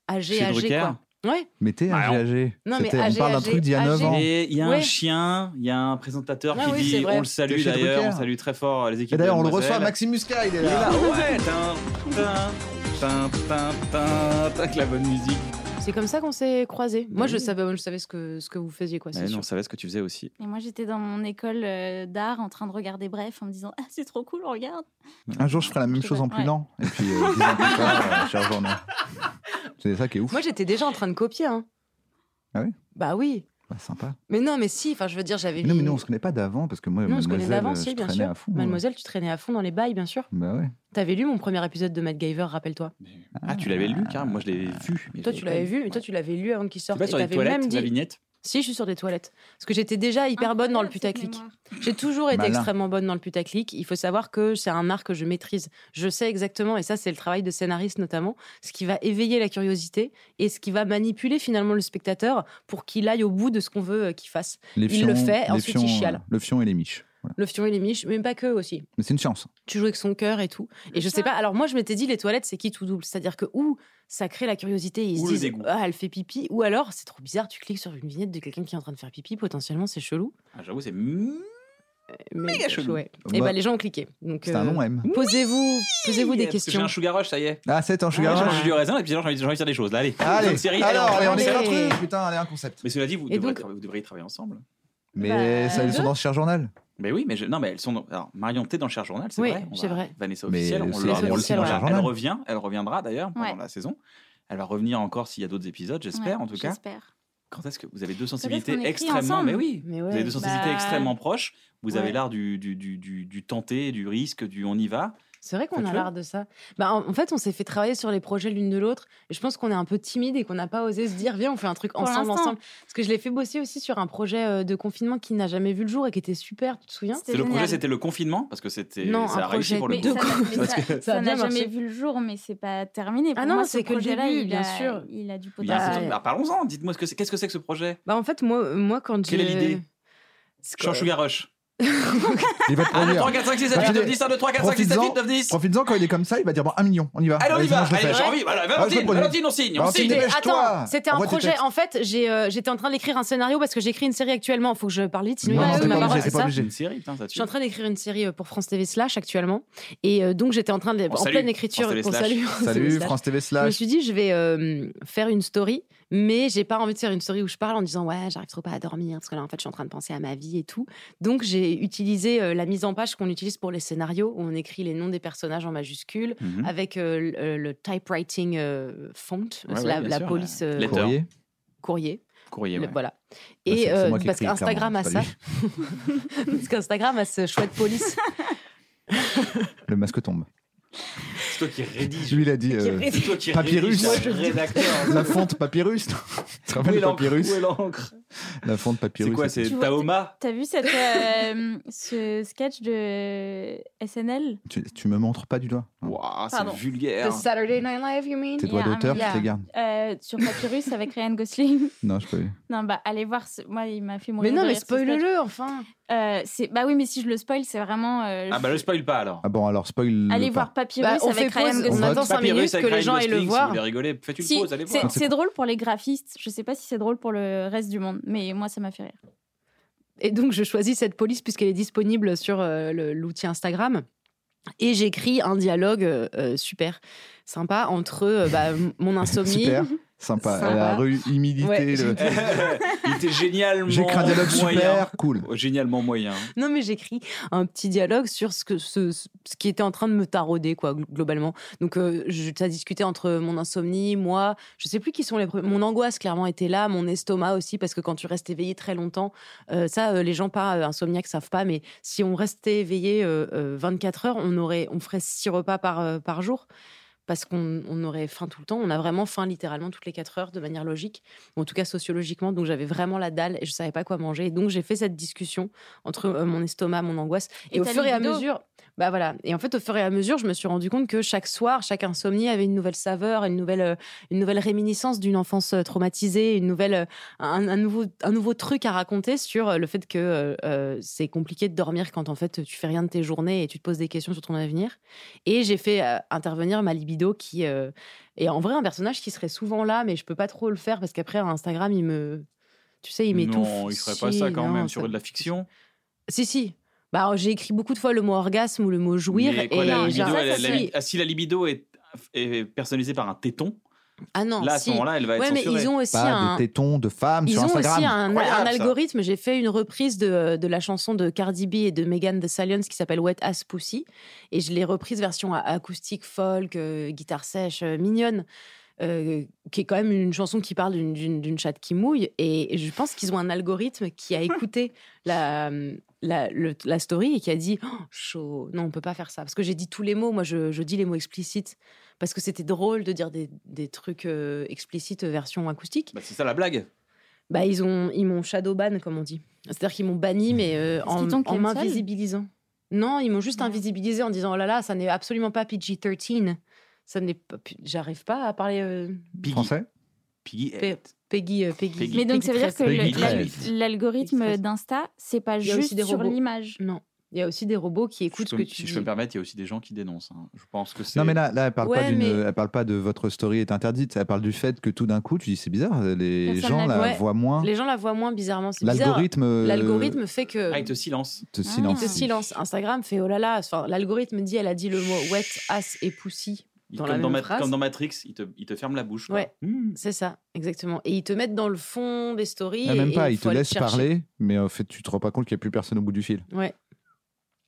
âgé,
Chez
âgé,
Drucker
quoi. Ouais,
Mais t'es
Ah,
âgé, âgé.
Non, mais
C'était- Bah, on
âgé,
parle d'un
âgé,
truc d'il y a 9
âgé.
ans.
Et il y a un
Ouais.
chien, il y a un présentateur
Ah
qui
oui, c'est
dit
vrai.
on le salue
T'es chez
d'ailleurs, on
Drucker.
salue très fort les équipes.
Et d'ailleurs,
de
on le reçoit,
Mademoiselle.
Maxime Muscat, il est
Il est là,
là.
ouais, tin, tin, tin, tin, tin, tin, que la bonne musique.
c'est comme ça qu'on s'est croisés. Moi,
Bah Oui.
je savais, je savais ce que, ce que vous faisiez, quoi.
Ouais,
C'est
non, on
sûr.
savait ce que tu faisais aussi.
Et moi, j'étais dans mon école euh, d'art en train de regarder Bref en me disant Ah, c'est trop cool, on regarde.
Un jour, je ferai la même
Je
chose en
vois,
plus
ouais.
lent. Et puis, euh, dix ans plus tard, euh, je serai retourné. C'est ça qui est ouf.
Moi, j'étais déjà en train de copier. Hein.
Ah oui
Bah oui.
Bah, sympa.
Mais non, mais si. Enfin, je veux dire, j'avais.
Mais non, mais
vu-
nous, on se connaît pas d'avant parce que moi,
Nous, on se connaît
Mademoiselle,
d'avant,
euh,
si,
je
bien
traînais
sûr.
à fond. moi.
Mademoiselle, tu traînais à fond dans les bails, bien sûr.
Bah ouais.
T'avais lu mon premier épisode de Mad Giver, rappelle-toi.
Ah, tu l'avais lu, car moi je l'ai vu. mais
Toi,
je
tu
l'ai
l'avais
pas
vu, mais toi, tu l'avais lu avant qu'il
C'est
sorte.
pas
et
sur les
t'avais
toilettes,
même
la
dit.
vignette.
Si, je suis sur des toilettes. Parce que j'étais déjà
Ah,
hyper bonne dans le putaclic. J'ai toujours été
Malin.
extrêmement bonne dans le putaclic. Il faut savoir que c'est un art que je maîtrise. Je sais exactement, et ça, c'est le travail de scénariste notamment, ce qui va éveiller la curiosité et ce qui va manipuler finalement le spectateur pour qu'il aille au bout de ce qu'on veut euh, qu'il fasse.
Les
Il le fait,
les
ensuite, il
fions, euh,
chiale.
Le fion et les miches. Voilà.
Le fion et les miches, mais pas que aussi.
Mais c'est une chance.
tu joues avec son cœur et tout. Et je sais pas. Alors moi, je m'étais dit, les toilettes, c'est qui tout double C'est-à-dire que ou ça crée la curiosité, et ils
Ou le
se disent,
dégoût.
ah, elle fait pipi, ou alors c'est trop bizarre, tu cliques sur une vignette de quelqu'un qui est en train de faire pipi, potentiellement c'est chelou.
Ah, J'avoue, c'est. mou-
Mais
Méga chelou.
Et
Moi,
bah les gens ont cliqué. Donc
C'est un
euh,
nom M.
posez-vous, posez-vous des
Parce que J'ai
questions.
un sugar rush, ça y est.
Ah, c'est un
J'ai
sugar.
Ah.
mangé
rush.
du raisin et puis genre, j'ai envie j'ai envie de faire des choses. Là, allez.
Allez,
Une série, allez,
alors,
on
allez, on
fait un
écrit un
concept.
Allez.
truc. Putain, allez, un concept.
Mais cela dit, vous
Et
devrez
donc-
tra- vous devriez y travailler ensemble.
Mais
Bah,
ça, ils sont
deux.
dans le cher journal.
Mais oui, mais je- non, mais elles sont. dans- Alors, Marion, t'es dans Cher Journal, c'est
Oui,
vrai. on
c'est
va-
vrai.
Vanessa
Mais
officielle, on
c'est
le
Vanessa Officielle,
Elle
ouais.
revient, elle reviendra d'ailleurs pendant
Ouais.
la saison. Elle va revenir encore s'il y a d'autres épisodes, j'espère
Ouais,
en tout cas.
J'espère.
Quand est-ce que vous avez deux
qu'on
sensibilités
écrit
extrêmement.
ensemble.
Mais oui,
Mais
vous
ouais.
avez deux sensibilités
Bah,
extrêmement proches. Vous avez
ouais.
l'art du, du, du, du, du tenter, du risque, du on y va.
C'est vrai qu'on a
Faites-le.
l'art de ça. Bah, en en fait, on s'est fait travailler sur les projets l'une de l'autre. Et je pense qu'on est un peu timide et qu'on n'a pas osé se dire, viens, on fait un truc
Pour
ensemble,
l'instant.
ensemble. Parce que je l'ai fait bosser aussi sur un projet euh, de confinement qui n'a jamais vu le jour et qui était super, tu te souviens
C'était
C'est le projet,
génial.
c'était le confinement parce que c'était
Non,
ça
un
a réussi
projet
pour le
Mais
coup.
ça n'a-
[laughs]
mais
Parce
ça-
que-
ça a
ça n'a
bien marché.
jamais vu le jour, mais c'est pas terminé. Pour
Ah non,
moi, ce
c'est que le
projet-là,
début,
il
bien
a-
sûr.
Il a du
Il y a un certain-
potentiel.
Bah, Parlons-en. Dites-moi ce que c'est. Qu'est-ce que c'est que ce projet
Bah en fait, moi, moi quand j'ai...
Quelle est l'idée
C'est
Jean
quoi-
Sugar Rush.
Il va
Ah,
1, 2, 3,
produire.
4, 5, 6, 7, 8, 9, 10, 1, 2, 3, 4, 5, 6, 7, 8, 9, 10.
Profites-en quand il est comme ça, il va dire bon, un million, on y va.
Allez, on y
Vas-y,
va.
non, je le
Allez,
fais.
j'ai envie. Voilà,
Ah, c'est
Valentine,
le projet.
Valentine, on signe. On
Valentine,
signe.
Mais
Dépêche-toi.
attends, c'était un
Envoie tes
projet.
textes.
En fait, j'ai, euh, j'étais en train d'écrire un scénario parce que j'écris une série actuellement. Faut que je parle vite, sinon
Non,
il va
non,
couper
t'es
ma
pas
parole,
obligé,
c'est
t'es
ça
pas
C'est
obligé.
une série, putain, ça
Je
tue.
suis en train d'écrire une série euh, pour France TV Slash actuellement. Et euh, donc, j'étais en train de.
On
en
salue
pleine écriture.
France TV
pour
Slash.
saluer France TV
Salut,
Slash.
France TV
Je me
slash.
suis dit, je vais euh, faire une story, mais j'ai pas envie de faire une story où je parle en disant ouais, j'arrive trop pas à dormir parce que là en fait je suis en train de penser à ma vie et tout. Donc j'ai utilisé euh, la mise en page qu'on utilise pour les scénarios où on écrit les noms des personnages en majuscules
Mhm.
avec euh, le- euh, le typewriting euh, font,
Ouais,
c'est
ouais,
la,
bien
la
sûr,
police
la-
euh,
la-
Courrier.
courrier,
Courrier.
le-
ouais.
voilà.
Bah,
Et
c'est- c'est
euh,
moi qui
parce
écris,
qu'Instagram a
clairement,
ça,
c'est
[laughs] parce qu'Instagram a ce chouette police.
Le masque tombe.
C'est toi qui rédige.
Lui, il a dit euh,
C'est toi qui
[laughs] Papyrus.
rédige, le rédacteur.
la fonte papyrus. tu te
Où
rappelles
est
le
l'encre
papyrus
Où est l'encre
La fonte papyrus.
C'est quoi
c'était-
C'est
Tu vois,
Taoma
T'as
[laughs]
vu cette, euh, ce sketch de euh, SNL
tu, tu me montres pas du doigt.
Waouh,
Pardon.
c'est vulgaire.
Saturday Night Live, you mean
Tes doigts
Yeah,
d'auteur,
yeah.
tu les gardes.
euh, sur Papyrus avec Ryan Gosling [laughs]
Non, je peux.
Non, bah allez voir. ce- Moi, il m'a fait
Mais
mourir.
non,
de
mais
rire, ce sketch.
spoil-le enfin.
Euh, c'est- bah oui, mais si je le spoil, c'est vraiment. euh,
Ah bah le spoil pas alors.
Ah bon, alors spoil.
Allez voir Papyrus
Bah, on
avec
fait
Ryan
pause,
On
Gosling.
on
va-
attend 5
Papyrus
minutes
avec
que les
Ryan
gens aillent le
Gosling, Si vous
voir.
voulez rigoler, faites une
Si,
pause, allez
c'est-
voir.
C'est drôle pour les graphistes. Je sais pas si c'est drôle pour le reste du monde, mais moi, ça m'a fait rire.
Et donc, je choisis cette police puisqu'elle est disponible sur euh, le- l'outil Instagram. Et j'écris un dialogue euh, euh, super sympa entre euh, bah, m- mon insomnie, [laughs]
Super. Sympa.
Sympa.
La rue humidité.
Ouais,
le-
Il était génialement.
J'écris un dialogue
moyen.
super cool.
Génialement moyen.
[laughs] Non, mais j'écris un petit dialogue sur ce, que, ce, ce ce qui était en train de me tarauder, quoi, gl- globalement. Donc, euh, je- ça discutait entre mon insomnie, moi. Je sais plus qui sont les premiers. Mon angoisse, clairement, était là. Mon estomac aussi, parce que quand tu restes éveillé très longtemps, euh, ça, euh, les gens pas euh, insomniaques savent pas, mais si on restait éveillé euh, euh, 24 heures, on, aurait, on ferait 6 repas par, euh, par jour. Parce qu'on on aurait faim tout le temps, on a vraiment faim littéralement toutes les 4 heures de manière logique, ou en tout cas sociologiquement. Donc j'avais vraiment la dalle et je savais pas quoi manger. Et donc j'ai fait cette discussion entre euh, mon estomac, mon angoisse. Et,
Et
au
ta
fur et à
libido.
mesure, bah voilà. Et en fait, au fur et à mesure, je me suis rendu compte que chaque soir, chaque insomnie avait une nouvelle saveur, une nouvelle, euh, une nouvelle réminiscence d'une enfance euh, traumatisée, une nouvelle, euh, un, un nouveau, un nouveau truc à raconter sur euh, le fait que euh, euh, c'est compliqué de dormir quand en fait tu fais rien de tes journées et tu te poses des questions sur ton avenir. Et j'ai fait euh, intervenir ma libido qui euh, est en vrai un personnage qui serait souvent là, mais je peux pas trop le faire parce qu'après Instagram il me, tu sais, il m'étouffe.
Non, il ferait pas
Si,
ça quand
non,
même.
ça-
Sur de la fiction.
si, si. Bah, j'ai écrit beaucoup de fois le mot orgasme ou le mot jouir.
Mais quoi,
et
la
non,
libido,
genre,
elle-
ça,
la-
c'est-
la- ah, si la libido est, est personnalisée par un téton,
Ah non,
là à
si.
ce moment-là, elle va être
ouais, mais
censurée.
ils ont aussi
Pas
un.
de tétons de femmes
Ils
sur
ont
Instagram.
aussi un,
Incroyable,
un
ça.
algorithme. J'ai fait une reprise de, de la chanson de Cardi B et de Megan Thee Stallion qui s'appelle Wet Ass Pussy. Et je l'ai reprise version a- acoustique, folk, euh, guitare sèche, euh, mignonne. euh, qui est quand même une chanson qui parle d'une- d'une d'une chatte qui mouille. Et je pense qu'ils ont un algorithme qui
[laughs]
a écouté la, la, le- la story et qui a dit Oh, chaud, non, on peut pas faire ça. Parce que j'ai dit tous les mots, moi je, je dis les mots explicites. Parce que c'était drôle de dire des, des trucs euh, explicites version acoustique.
Bah, c'est ça la blague.
Bah, ils ont, ils m'ont shadowban, comme on dit. C'est-à-dire qu'ils m'ont banni, mais euh, en,
qu'ils t'ont
en
cancel Ah.
m'invisibilisant. Non, ils m'ont juste invisibilisé en disant Oh là là, ça n'est absolument pas PG-13. Ça n'est pas. J'arrive pas à parler euh,
Piggy.
Français
Piggy. eh,
Pe- Peggy, euh, Peggy.
Peggy.
Mais donc, ça veut dire que
Peggy
le-
13.
la-
treize.
l'algorithme
Peggy
d'Insta, c'est pas
Il y a aussi
juste
des
sur
robots.
l'image.
Non. Il y a aussi des robots qui écoutent
Je
ce
peux-
que tu
si
dis.
je peux me permettre, il y a aussi des gens qui dénoncent. hein. Je pense que c'est.
Non mais là, là elle parle pas
Ouais,
d'une,
mais-
elle parle pas de votre story est interdite. Elle parle du fait que tout d'un coup, tu dis c'est bizarre, les
Personne
gens
n'a-
la
Ouais.
voient moins.
Les gens la voient moins bizarrement. C'est bizarre.
L'algorithme, euh,
L'algorithme fait que.
Ah, il te silence.
te
Ah.
silence.
Ce silence. Instagram fait oh là là. Enfin, l'algorithme dit elle a dit le mot wet, ass et pussy.
Il-
Dans la
comme, dans
même
Ma-
phrase.
comme dans Matrix, il te, il te ferme la bouche. quoi.
Ouais.
Hmm.
C'est ça, exactement. Et ils te mettent dans le fond des stories.
Ah, même
et-
pas,
et
ils
faut
te
aller
laissent
chercher.
parler, mais en fait, tu te rends pas compte qu'il y a plus personne au bout du fil.
Ouais,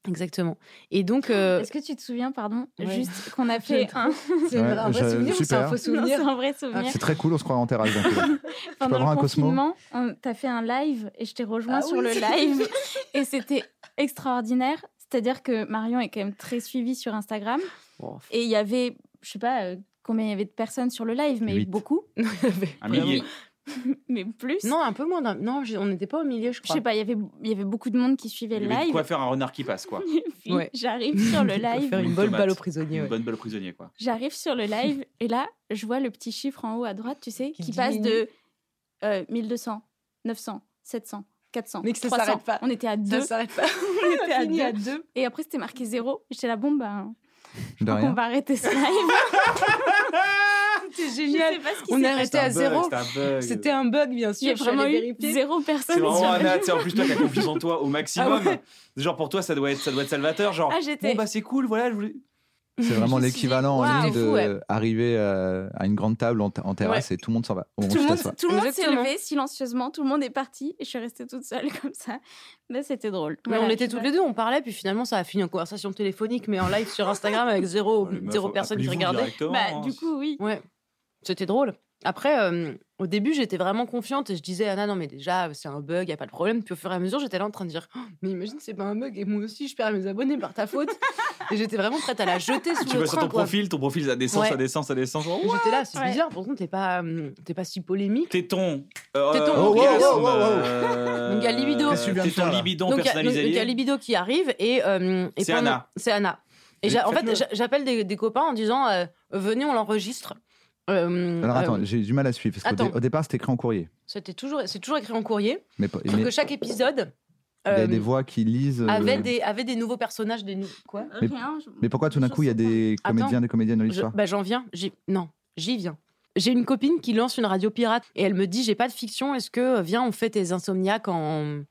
exactement. Et donc, euh,
Est-ce que tu te souviens, pardon,
Ouais.
juste qu'on a fait un.
[laughs] c'est
Ouais,
un vrai
je-
souvenir ou c'est un
super.
faux
Non, c'est
souvenir
un vrai souvenir.
C'est très cool, on se croit en terrasse. euh,
[laughs]
d'un coup.
Pendant
avoir
le
un Cosmo
confinement, on- t'as fait un live et je t'ai rejoint
Ah
sur
oui,
le
c'est- [laughs]
live et c'était extraordinaire. C'est-à-dire que Marion est quand même très suivie sur Instagram
[laughs] Bon,
et il y avait, je sais pas euh, combien il y avait de personnes sur le live, mais
Huit.
[laughs]
beaucoup,
Un millier.
mais plus.
Non, un peu moins. d'un- Non, je- on n'était pas au milieu, je
je
crois.
sais pas, il y avait il y avait beaucoup de monde qui suivait
Il y
le
avait de
live.
quoi faire un renard qui passe, quoi.
[laughs] Et puis,
Ouais.
J'arrive sur
[laughs]
le live.
Faire une
Une
bonne
tomate.
balle aux prisonniers.
Une
ouais.
bonne balle au prisonnier, quoi.
J'arrive sur le live et là, je vois le petit chiffre en haut à droite, tu sais,
Qui
qui, passe
diminue.
de euh, 1200, 900, 700, 400.
Mais que ça
300.
s'arrête pas.
On était à
Ça
deux.
s'arrête [laughs] pas.
On était à
Fini
deux.
à
[laughs]
deux.
Et après, c'était marqué zéro. J'étais la bombe. Ben,
De
on
rien.
va arrêter
[laughs]
ce live.
C'est
Je
génial.
sais pas ce qui
On
s'est
est
C'était
arrêté à
un bug,
zéro.
c'était un bug.
[laughs] C'était un bug, bien
Il y
sûr.
a
je suis allée
vraiment eu
vérifier.
zéro personne
C'est
sur
vraiment
le
[laughs]
Anna, tu sais, en plus toi qui as confiance en toi au maximum.
Ah ouais.
Genre pour toi ça doit être ça doit être salvateur, genre
Ah, j'étais-
bon bah c'est cool, voilà, je voulais
C'est vraiment
Je me suis dit,
l'équivalent en
waouh,
ligne
c'est
de
fou, ouais.
arriver à, à une grande table en, ta- en terrasse et tout le monde s'en va. On
Tout le
se
monde,
tasse pas.
tout le monde s'est
Exactement.
levé silencieusement, tout le monde est parti et je suis restée toute seule [laughs] comme ça. Mais c'était drôle.
Mais on était toutes les deux, on parlait, puis finalement ça a fini en conversation téléphonique, mais en live sur Instagram avec zéro,
Bah, les meufs,
zéro personne qui
appelez-vous
regardait.
directement,
Bah,
hein.
du coup, oui.
Ouais, c'était drôle. Après, euh, au début, j'étais vraiment confiante et je disais, Anna, non, mais déjà, c'est un bug, il a pas de problème. Puis au fur et à mesure, j'étais là en train de dire, Oh, mais imagine, c'est pas un bug et moi aussi, je perds mes abonnés par ta faute. et j'étais vraiment prête à la jeter sous
tu
le
vas sur
train.
ton
quoi.
profil, ton profil ça descend,
Ouais.
ça descend, ça descend. genre, oh.
Et
ouah,
J'étais là, c'est
Ouais.
bizarre, pourtant, t'es pas, hum, t'es pas si polémique.
Téton. Euh,
Téton,
euh,
oh,
orgasme,
oh, oh, oh, oh.
euh,
[laughs] Donc, il y a libido.
Qu'est-ce que tu viens de
téton,
faire, là
libidon
Donc, il y a- donc, il y a
personnalisé.
Libido qui arrive et. euh, et
C'est
pendant-
Anna.
C'est Anna. Et
Mais
j'a- en fait,
faites-le.
j'a- j'appelle des, des copains en disant, euh, venez, on l'enregistre. Euh,
Alors
euh,
attends, j'ai du mal à suivre parce qu'au dé-
attends.
au départ c'était écrit en courrier.
c'était toujours, c'est toujours écrit en courrier.
Mais, pas-
Sauf
mais
que chaque épisode.
il y a
euh,
des voix qui lisent. euh,
avait des, avait des nouveaux personnages, des nou- quoi
Mais-
Rien, hein, je-
Mais pourquoi tout d'un
je
coup il y a
sais pas.
des
Attends.
comédiens, des comédiennes dans
Je-
l'histoire
bah, j'en viens, j'y- non, j'y viens. J'ai une copine qui lance une radio pirate et elle me dit j'ai pas de fiction, est-ce que euh, viens on fait tes insomniaques en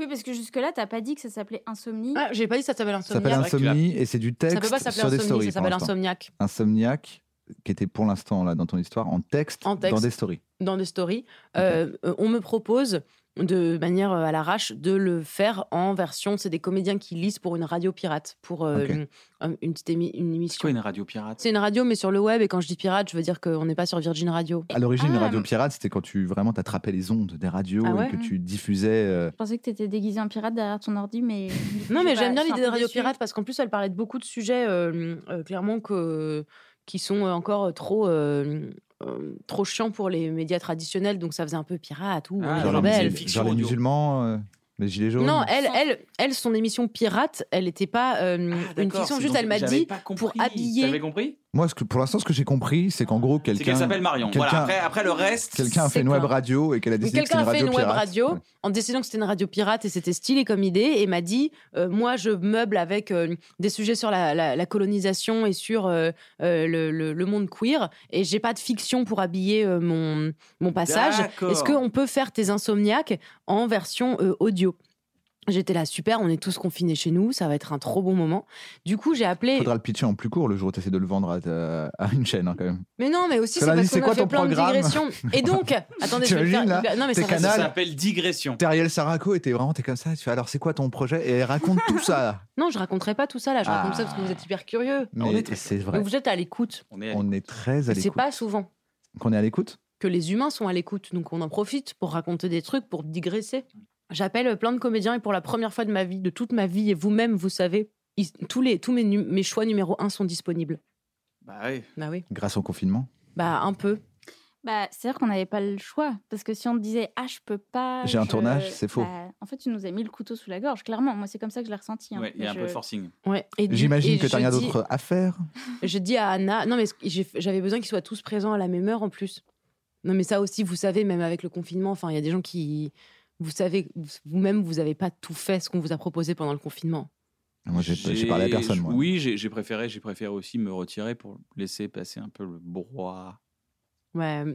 Oui, parce que jusque-là, t'as pas dit que ça s'appelait Insomnie.
Ah, j'ai pas dit ça s'appelle
Ça s'appelle
insomniaque.
C'est vrai qu'il a-
Insomnie et c'est du
Ça peut
texte
pas
sur
s'appeler
des
insomnie,
stories.
ça
pour
s'appelle
l'instant.
insomniaque.
Insomniaque. qui était pour l'instant là dans ton histoire en texte,
En texte.
dans des stories.
dans des stories. Euh, euh, on me propose de manière euh, à l'arrache de le faire en version. C'est des comédiens qui lisent pour une radio pirate, pour euh,
Ok.
une, un- une petite émi- une
C'est
émission.
quoi une radio pirate
C'est une radio, mais sur le web. Et quand je dis pirate, je veux dire qu'on n'est pas sur Virgin Radio.
À l'origine, une
Ah,
radio
mais-
pirate, c'était quand tu vraiment t'attrapais les ondes des radios
Ah ouais
et que tu diffusais. euh,
Je pensais que t'étais déguisé en pirate derrière ton ordi,
[laughs]
mais.
Non, mais j'aime bien
Je suis un
l'idée de
peu
Radio
déçue.
Pirate parce qu'en plus, elle parlait de beaucoup de sujets, euh, euh, clairement, que, qui sont encore euh, trop. euh, euh, trop chiants pour les médias traditionnels, donc ça faisait un peu pirate ou
Ah,
euh,
genre, les,
rebelle.
musul-
Fiction
genre les
audio.
musulmans, euh, les gilets jaunes.
Non, elle, elle, elle, son émission pirate, elle n'était pas euh,
Ah,
une fiction. Juste, elle m'a dit, pour habiller-
J'avais compris
Moi, ce que, pour l'instant, ce que j'ai compris, c'est qu'en gros,
C'est
quelqu'un
qu'elle s'appelle Marion. Voilà,
quelqu'un-
après, après le reste.
quelqu'un a
c'est
fait une web
quoi
radio et qu'elle a
Donc,
décidé que c'était
quelqu'un
une
a fait
radio
une web
pirate.
radio
Ouais.
en décidant que c'était une radio pirate et c'était stylé comme idée et m'a dit euh, moi je meuble avec euh, des sujets sur la, la- la colonisation et sur euh, euh, le, le- le monde queer et j'ai pas de fiction pour habiller euh, mon, mon passage.
D'accord.
Est-ce qu'on peut faire tes insomniaques en version euh, audio J'étais là, super, on est tous confinés chez nous, ça va être un trop bon moment. Du coup, j'ai appelé.
Faudra le pitcher en plus court le jour où tu essaies de le vendre à, ta- à une chaîne, hein, quand même.
Mais non, mais aussi, c'est
Cela dit,
parce
c'est
qu'on
quoi
a fait
ton
plein de
programme
digressions.
[laughs]
Et donc, attendez, je vais le faire.
T'imagines, là,
hyper- Non, mais
tes
ça va, ça-
Ça
Canal.
s'appelle digression.
Teriel Saraco était vraiment, t'es comme ça. Tu fais, alors, c'est quoi ton projet Et elle raconte tout
[laughs]
ça.
Non, je raconterai pas tout ça là, je raconte ça parce
Ah.
que vous êtes hyper curieux.
On est
Mais
très-
c'est vrai.
Donc vous êtes à l'écoute.
On est à
On est très à
Et C'est
l'écoute.
pas souvent
Qu'on est à l'écoute
que les humains sont à l'écoute, donc on en profite pour raconter des trucs, pour digresser. J'appelle plein de comédiens et pour la première fois de ma vie, de toute ma vie, et vous-même, vous savez, ils- tous, les, tous mes, nu- mes choix numéro un sont disponibles.
Bah oui.
Bah oui.
grâce au confinement.
Bah un peu.
Bah, c'est-à-dire qu'on n'avait pas le choix. Parce que si on te disait, ah, je peux pas.
J'ai un
je-
tournage, c'est faux.
Bah, en fait, tu nous as mis le couteau sous la gorge, clairement. Moi, c'est comme ça que je l'ai ressenti. hein.
Ouais, il y a un
Je-
peu de forcing.
Ouais. Et du-
J'imagine
et
que t'as
je
rien
dis-
d'autre à faire.
Je dis à Anna, non mais j'ai- j'avais besoin qu'ils soient tous présents à la même heure en plus. Non mais ça aussi, vous savez, même avec le confinement, enfin il y a des gens qui, vous savez, vous-même vous n'avez pas tout fait ce qu'on vous a proposé pendant le confinement.
Moi, j'ai j'ai parlé à personne, moi.
Oui, j'ai j'ai préféré, j'ai préféré aussi me retirer pour laisser passer un peu le brouhaha.
Ouais. euh,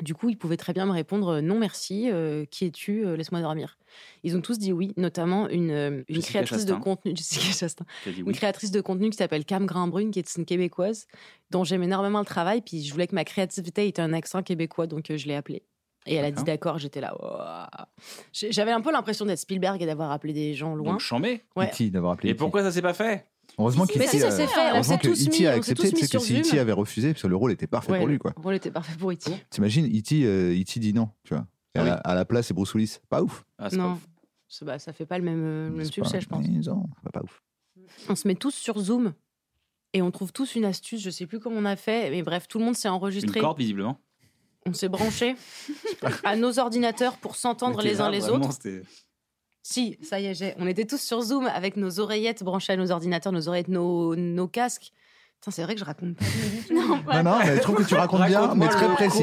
Du coup, ils pouvaient très bien me répondre euh, non merci, euh, qui es-tu, Euh, laisse-moi dormir. Ils ont tous dit oui, notamment une, euh, une
Jessica
créatrice
Chastain.
de contenu, [laughs] Jessica Chastain.
T'as dit
une
oui.
créatrice de contenu qui s'appelle Cam Grimbrune, qui est une québécoise, dont j'aime énormément le travail. Puis je voulais que ma créativité ait un accent québécois, donc euh, je l'ai appelée. Et elle a dit
D'accord.
d'accord, j'étais là. Ouah. J'ai- J'avais un peu l'impression d'être Spielberg et d'avoir appelé des gens loin.
Donc chambé.
Ouais.
E.T. E d'avoir appelé.
Et
E.T..
pourquoi ça s'est pas fait
Heureusement
Si, si,
qu'E.T.
mais si, ça
euh,
s'est fait, on
heureusement
s'est
que
tous mis,
E.T. a
on s'est
accepté.
tous
Tu
mis
sais que
sur
si
Zoom.
E.T. avait refusé, parce que le rôle était parfait
Ouais,
pour lui,
le
quoi.
rôle était parfait pour hein. E.T.
T'imagines, E.T. euh, E.T. dit non, tu vois. Et
Ah
à,
oui.
la, à la place, c'est Bruce Willis. Pas ouf.
Ah, c'est pas
Non,
ouf.
C'est- bah, ça fait pas le même, euh, le même
C'est
succès,
pas-
je pense.
Non, c'est pas ouf.
On se met tous sur Zoom et on trouve tous une astuce, je sais plus comment on a fait, mais bref, tout le monde s'est
Une
enregistré.
corde, visiblement.
On s'est branché à nos ordinateurs pour s'entendre les uns les autres. Si, ça y est, j'ai- on était tous sur Zoom avec nos oreillettes branchées à nos ordinateurs, nos oreillettes, nos, nos casques. Putain, c'est vrai que je raconte pas. [laughs]
Non, ouais.
Non, non, mais je trouve que tu racontes bien, mais très précis.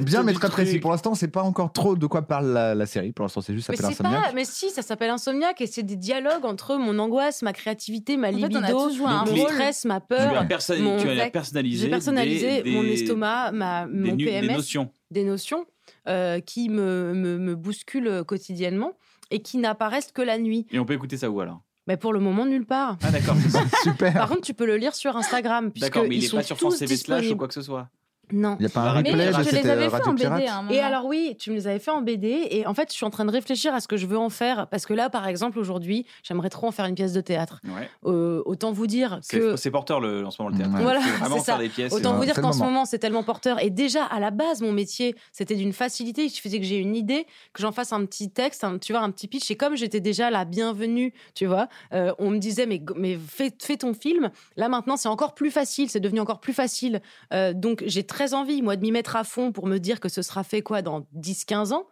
Bien, mais très précis. Pour l'instant, c'est pas encore trop de quoi parle la, la série. Pour l'instant, c'est juste ça
Mais
s'appelle
c'est pas,
Insomniac.
mais si, ça s'appelle Insomniac et c'est des dialogues entre mon angoisse, ma créativité, ma
En fait,
libido,
on a tous joué à un
mon
rôle.
stress, ma
Tu
peur.
as, perso-
mon-
tu as
exact.
personnalisé,
J'ai personnalisé
des-
mon
des-
estomac, ma,
des
mon
nu- des
PMS.
notions.
des notions euh, qui me, me, me bousculent euh, quotidiennement et qui n'apparaissent que la nuit.
Et on peut écouter ça où alors
Mais pour le moment, nulle part.
Ah
[laughs]
d'accord. c'est ça.
[laughs] Super.
Par contre, tu peux le lire sur Instagram. puisque
D'accord, mais il
ils
est
sont
pas sur
tous
France TV slash ou
disponibles.
quoi que ce soit.
Non.
Il n'y a pas un
Mais
replay
mais
de
je te les avais
cette
fait
radio
en hein, BD à
pirate.
un moment.
Et alors oui, tu me les avais fait en BD et en fait, je suis en train de réfléchir à ce que je veux en faire parce que là, par exemple, aujourd'hui, j'aimerais trop en faire une pièce de théâtre.
Ouais.
Euh, autant vous dire
C'est
que
c'est porteur le, en ce moment le
Ouais.
théâtre.
Voilà,
Il faut vraiment
[laughs] c'est ça.
faire des pièces.
un-
Autant vous dire
c'est le
qu'en ce
moment.
moment, c'est tellement porteur. Et déjà, à la base, mon métier, c'était d'une facilité. Il suffisait que j'ai une idée, que j'en fasse un petit texte, un, tu vois, un petit pitch. Et comme j'étais déjà la bienvenue, tu vois, euh, on me disait, mais, go- mais fais, fais ton film. Là, maintenant, c'est encore plus facile. C'est devenu encore plus facile. Euh, donc, j'ai très envie, moi, de m'y mettre à fond pour me dire que ce sera fait, quoi, dans 10-15 ans.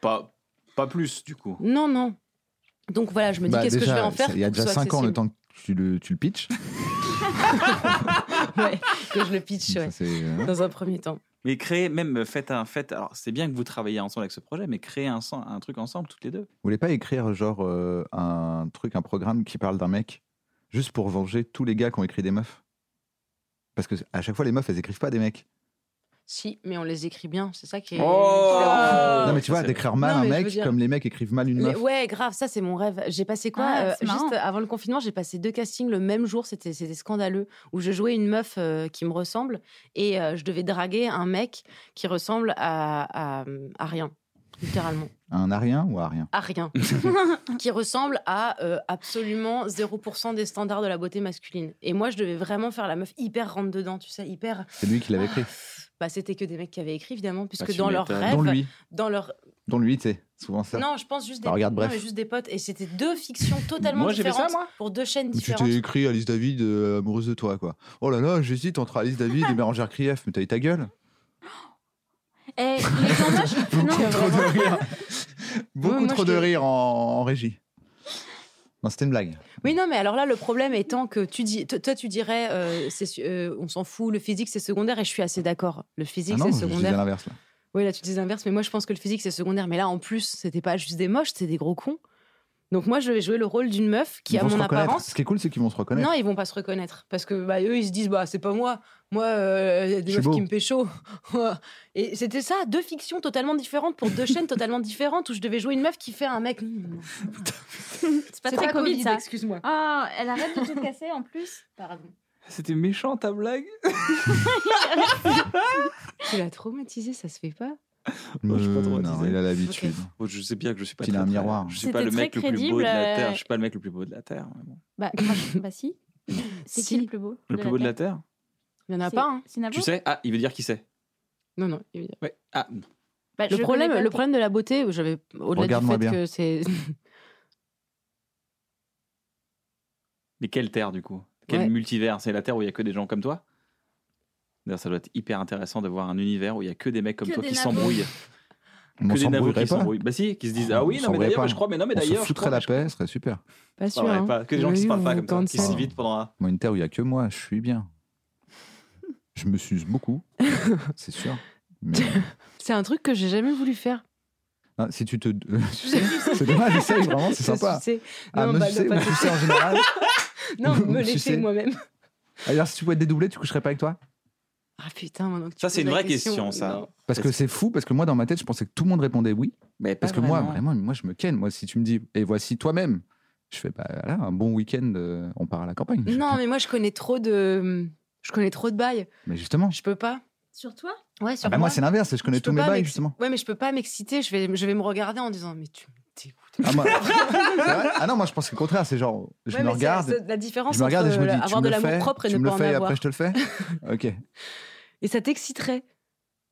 Pas, pas plus du coup.
Non, non. Donc, voilà, je me dis,
Bah,
qu'est-ce que je
déjà,
vais en faire
Il y a
pour que
déjà
ce soit
5 ans le
[laughs] accessible
temps que tu le, tu le
[laughs]
pitches.
Ouais, que je le pitch,
Ça,
ouais,
c'est, euh,
dans un premier temps.
Mais créer même euh, faites un faites. Alors c'est bien que vous travaillez ensemble avec ce projet, mais créer un, sen- un truc ensemble toutes les deux.
Vous voulez pas écrire genre euh, un truc, un programme qui parle d'un mec, juste pour venger tous les gars qui ont écrit des meufs Parce que à chaque fois, les meufs, elles écrivent pas des mecs.
Si, mais on les écrit bien, c'est ça qui est.
Oh
Non, mais tu vois,
Ça, c'est-
d'écrire mal
Non,
un
mais je
mec
veux dire-
comme les mecs écrivent mal une
Mais
meuf.
ouais, grave, ça c'est mon rêve. J'ai passé quoi
Ah,
euh,
c'est marrant.
Juste avant le confinement, j'ai passé deux castings le même jour, c'était c'était scandaleux, où je jouais une meuf euh, qui me ressemble et euh, je devais draguer un mec qui ressemble à, à, à rien, littéralement.
Un arien ou arien [laughs]
À rien. qui ressemble à euh, absolument 0% des standards de la beauté masculine. Et moi, je devais vraiment faire la meuf hyper rentre dedans, tu sais, hyper.
C'est lui qui l'avait écrit.
Bah, c'était que des mecs qui avaient écrit, évidemment, puisque
tu
dans leur
m'étonnes.
rêve,
Bah, Dont lui.
dans leur
Dont lui, tu sais. Souvent ça.
non, je pense juste des,
Bah, regarde,
non,
bref.
mais juste des potes. Et c'était deux fictions totalement
Moi, j'ai fait ça,
différentes
moi.
pour deux chaînes
Mais tu
différentes.
t'es écrit Alice David euh, amoureuse de toi, quoi. Oh là là, j'hésite entre Alice David et Bérangère Krief, mais t'as eu ta
[laughs]
gueule.
Eh, les gens moches, non,
trop de rire. Beaucoup
Ouais, moi,
trop
je
de
t'ai-
rire en, en régie. Non, c'était une blague.
Oui, non, mais alors là, le problème étant que tu dis, to- toi, tu dirais, euh, c'est su- euh, on s'en fout, le physique c'est secondaire, et je suis assez d'accord. Le physique
Ah non,
c'est
je disais
secondaire.
l'inverse là.
Oui, là, tu dis l'inverse, mais moi, je pense que le physique c'est secondaire. Mais là, en plus, c'était pas juste des moches, c'était des gros cons. Donc moi, je vais jouer le rôle d'une meuf qui
Ils
a
vont se
mon
reconnaître.
apparence.
Ce qui est cool, c'est qu'ils vont se reconnaître.
Non, ils vont pas se reconnaître parce que bah, eux ils se disent bah c'est pas moi, moi euh, y a des
Je suis
meufs
beau.
qui me [laughs] pécho. Et c'était ça, deux fictions totalement différentes pour deux chaînes totalement différentes où je devais jouer une meuf qui fait un mec.
c'est pas très Covid, ça.
Excuse-moi.
Ah, elle arrête de tout casser en plus.
Pardon.
C'était méchant ta blague.
Tu l'as traumatisé, ça se fait pas.
Moi, je suis pas
Euh,
traumatisé.
non, il a l'habitude.
Bon, Oh, je sais bien que je suis pas.
Puis il a
très,
un
très-
miroir.
Je suis pas
C'était
le mec
très
le plus beau de la
crédible,
terre.
euh,
Je suis pas le mec le plus beau de la terre. mais bon.
[laughs] Bah, grave, bah si. C'est
Si.
qui le plus beau
Le plus beau de la terre.
Il y en a
C'est-
pas. Hein.
C'est Navo
Tu sais Ah, il veut dire qui c'est.
Non non. il y en a-
Ouais. Ah,
Bah, je
Le problème,
connais pas
le problème de la beauté, euh, j'avais au-delà du
Regarde-moi
fait
bien.
que [laughs] c'est
mais quelle terre du coup Quel
Ouais.
multivers C'est la terre où il y a que des gens comme toi. D'ailleurs, ça doit être hyper intéressant de voir un univers où il y a que des mecs comme
Que
toi
des
qui
nabos.
s'embrouillent,
On
que des nabos
s'embrouillerait
qui
pas.
s'embrouillent. Bah si, qui se disent
On
ah oui, non mais
s'embrouillerait
d'ailleurs,
pas.
je crois, mais non mais
On se
d'ailleurs, je
foutrait
crois.
la
mais je-
paix, ce serait super.
pas
Pas
sûr.
vrai,
hein.
pas- Que des gens qui
Oui,
se parlent
on
pas comme ça, qui
cancel.
s'évitent pendant un.
Moi, une terre où il n'y a que moi, je suis bien. Je me suce beaucoup,
[laughs]
c'est sûr. Mais...
C'est un truc que j'ai jamais voulu [laughs] faire.
Ah, [laughs] si tu te. c'est dommage, essaye vraiment, c'est
Ça,
sympa.
tu sais.
ah,
Non,
me
bah,
sucer,
non, pas
me
de-
sucer en
[laughs]
général. [laughs]
Non,
Tu
me
sais.
laisser moi-même.
D'ailleurs, si tu pouvais te dédoubler, tu coucherais pas avec toi
Ah putain, maintenant que tu
Ça,
poses
c'est une
la
vraie question, ça.
non.
Parce que c'est fou, parce que moi, dans ma tête, je pensais que tout le monde répondait oui.
Mais
Parce que moi, vraiment, moi, je me ken. Moi, si tu me dis, et voici toi-même, je fais, bah là, un bon week-end, euh, on part à la campagne.
Non, mais moi je connais trop de, je connais trop de bails.
Mais justement.
Je peux pas.
Sur toi
Ouais, sur
Ah bah, moi, c'est l'inverse, je connais
Je
tous
peux
mes
pas
bails,
m'ex-
justement.
Ouais, mais je peux pas m'exciter. Je vais, je vais me regarder en disant, mais tu me dégoûtes.
Ah,
[laughs]
moi- C'est vrai ah non, moi, je pensais le contraire, c'est genre, je
Ouais,
me
mais c'est-
regarde.
c'est La différence
Je me regarde et
entre
je
euh,
me dis, tu
avoir
me
de
le
l'amour
fais,
propre et
tu
ne
me
pas
le
en
fais et
avoir.
après je te le
[laughs]
fais. Ok.
Et ça t'exciterait.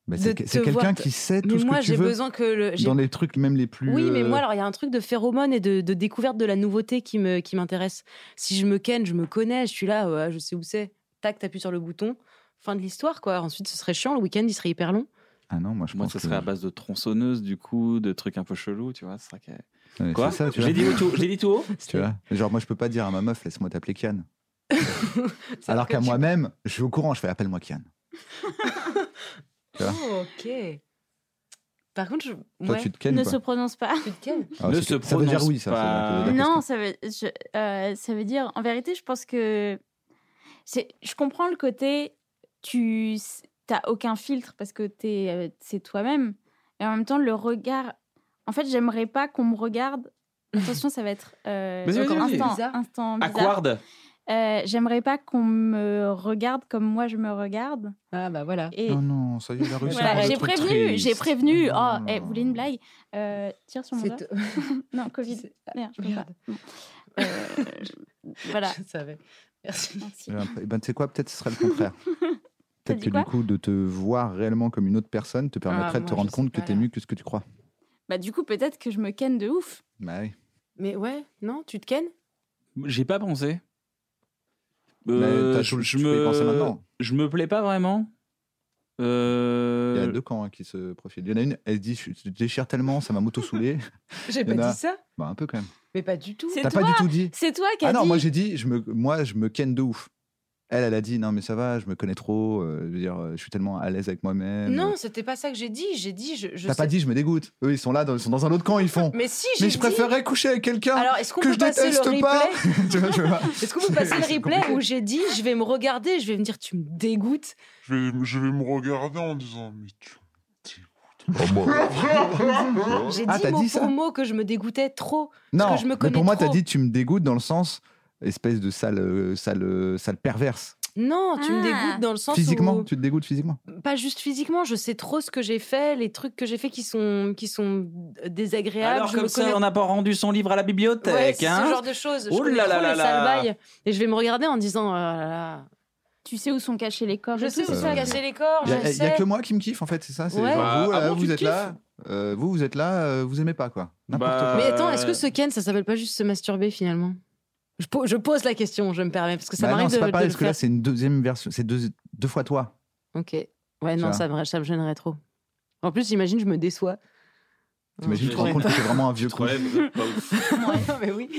Mais
De
c'est que- c'est
te voir
quelqu'un
te-
qui sait tout
Mais
ce
moi,
que tu
j'ai
veux
besoin que le. j'ai-
dans les trucs même les plus.
Oui, mais
euh,
moi, alors il y a un truc de phéromone et de, de découverte de la nouveauté qui me qui m'intéresse. Si je me ken, je me connais, je suis là, ouais, je sais où c'est. Tac, t'appuies sur le bouton. Fin de l'histoire, quoi. Ensuite, ce serait chiant. Le week-end, il serait hyper long.
Ah non, moi je
Moi,
pense
ça
que
serait à base de tronçonneuses, du coup, de trucs un peu chelous, tu vois. ce serait que-
Ouais, c'est
Quoi
ça, tu
J'ai
vois.
dit, tout- j'ai dit tout haut
Tu vois Genre moi je peux pas dire à ma meuf laisse-moi t'appeler Kian.
Ça
Alors
fait que
qu'à
[laughs] tu-
moi-même, je suis au courant, je fais appelle-moi Kian. tu vois.
Oh, ok. Par contre, je...
Toi
ouais.
tu te kennes
Ne
quoi
se prononce pas.
Tu te calmes.
Ah,
Ne
c'est-
se
Ça veut dire
prononce
oui ça. ça veut
pas.
dire
Non, ça veut, je- euh, ça veut dire. En vérité, je pense que. c'est- Je comprends le côté. Tu n'as aucun filtre parce que t'es, euh, c'est toi-même. Et en même temps, le regard. En fait, j'aimerais pas qu'on me regarde. Attention, ça va être. euh,
Vas-y,
encore
vas-y, vas-y.
instant,
Bizarre.
instant bizarre.
Aquard
Euh, j'aimerais pas qu'on me regarde comme moi je me regarde.
Ah bah voilà.
Et
Non non, ça y est, la rue.
voilà, j'ai prévenu, j'ai prévenu. Oh, eh, vous voulez une blague Euh, Tire sur mon doigt.
C'est-
Non,
[laughs]
Covid. Merde, je peux pas.
Merde.
Euh, voilà.
[laughs] Je savais. Merci.
Merci.
Eh Ben tu sais quoi, peut-être ce serait le
[laughs]
contraire. Peut-être
dit
que
quoi Ah,
du coup, de te voir réellement comme une autre personne te permettrait de
moi,
te
je
rendre
sais
compte que
pas,
t'es
là.
mieux que ce que tu crois.
Bah du coup peut-être que je me ken de ouf.
Bah oui.
Mais ouais, non, tu te kennes
J'ai pas pensé.
Mais
Euh,
t'as-
je,
tu-
je
tu peux y penser
me...
maintenant.
je me plais pas vraiment. Euh,
Il y a deux camps hein, qui se profilent. Il y en a une, elle se dit je je déchire tellement, ça m'a moto
[laughs]
saoulé.
J'ai
Y en
pas
a.
dit ça.
bah un peu quand même.
Mais pas du tout.
C'est
T'as pas
toi
du tout dit.
C'est toi qui as
Ah non,
dit.
moi j'ai dit je me moi je me ken de ouf. Elle, elle a dit non mais ça va, je me connais trop, euh, je veux dire, euh, je suis tellement à l'aise avec moi-même.
Non, c'était pas ça que j'ai dit. J'ai dit, je. je
T'as pas
sais-
dit je me dégoûte. Eux ils sont là, dans, ils sont dans un autre camp, ils font.
Mais si, [laughs] j'ai
Mais je
dit-
préférerais coucher avec quelqu'un
Alors, est-ce qu'on
que
peut
je
passer le
déteste
replay
pas. [laughs] Tu vois, je vois.
Est-ce qu'on peut passer le
C'est
replay
compliqué.
où j'ai dit, je vais me regarder, je vais me dire, tu me dégoûtes
Je vais, je vais me regarder en disant Mais tu. tu-
J'ai
Ah,
dit
t'as
mot
dit ça
pour mot que je me dégoûtais trop.
Non,
que je me
mais
connais
pour moi
trop.
t'as dit tu me dégoûtes dans le sens espèce de sale, euh, sale, euh, sale perverse.
Non, tu me
Ah.
dégoûtes dans le sens
physiquement,
où
tu te dégoûtes physiquement.
pas juste physiquement, je sais trop ce que j'ai fait, les trucs que j'ai fait qui sont qui sont désagréables.
Alors
je
comme
me
ça,
connais
on n'a pas rendu son livre à la
Ouais,
bibliothèque.
c'est
hein.
ce genre de choses. Je
Oh
connais
là
trop
là
les
là
sales
là.
bails. Et je vais me regarder en disant, oh là là.
Tu sais où sont cachés les corps.
je
et
sais
tout,
où
c'est
sont
ça
cachés les corps,
Il
je
y a, y a
sais.
que moi qui me kiffe en fait, c'est ça. C'est
Ouais.
genre,
Bah,
vous,
ah
euh,
bon, tu
vous
te
êtes
kiffes
là, euh, vous vous êtes là, euh, vous aimez pas quoi. N'importe
Bah,
Mais attends,
Euh,
est-ce que ce Ken, ça s'appelle pas juste se masturber finalement je, po- je pose la question, je me permets, parce que ça
Bah non,
m'arrive de,
c'est pas
de
pareil,
le
parce que là,
faire.
c'est une deuxième version, c'est deux, deux fois toi.
Ok. Ouais, non,
vois.
ça me, ça me gênerait trop. En plus, j'imagine, je me déçois.
T'imagines,
Mmh.
je
tu te rends
pourrais
compte que c'est vraiment un vieux con.
[laughs] Mais oui, je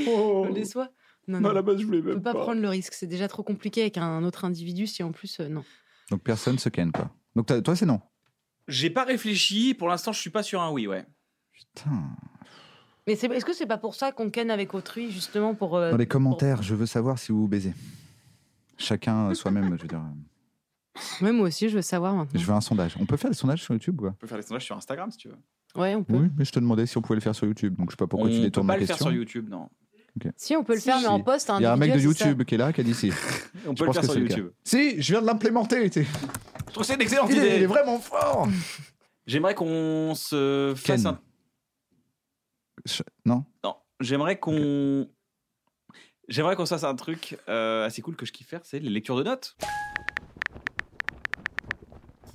me déçois. Non, non.
Oh. Non, à la base, je voulais
Je peux
même
pas
pas.
prendre le risque, c'est déjà trop compliqué avec un autre individu si en plus euh, non.
Donc personne se ken, quoi. Donc t'as- toi, c'est non.
[laughs] J'ai pas réfléchi. Pour l'instant, je suis pas sur un oui, ouais.
Putain.
Mais c'est- est-ce que c'est pas pour ça qu'on ken avec autrui justement pour euh,
Dans les
pour-
commentaires, je veux savoir si vous vous baisez. Chacun euh, soi-même, je
[laughs]
veux dire.
Ouais, moi aussi, je veux savoir maintenant.
Je veux un sondage. On peut faire des sondages sur YouTube, quoi.
On peut faire les sondages sur Instagram si tu veux.
Ouais, on peut.
Oui, mais je te demandais si on pouvait le faire sur YouTube. Donc je sais pas pourquoi
on
tu
peut
détournes
pas
la
le faire
question.
sur YouTube, non.
Si, on peut le
Si.
faire, mais en
Si.
poste.
Il y a un mec de
individuel, c'est ça.
YouTube qui est là, qui a dit
[laughs]
si.
On
Je
peut le
pense
faire
que
sur
c'est le cas.
YouTube.
Si, je viens de l'implémenter. tu sais.
Je trouve que c'est une excellente
Il est il est
idée.
vraiment fort.
J'aimerais qu'on se fasse
Ken.
un.
Je- Non
Non, j'aimerais qu'on. J'aimerais qu'on se fasse un truc euh, assez cool que je kiffe faire, c'est les lectures de notes.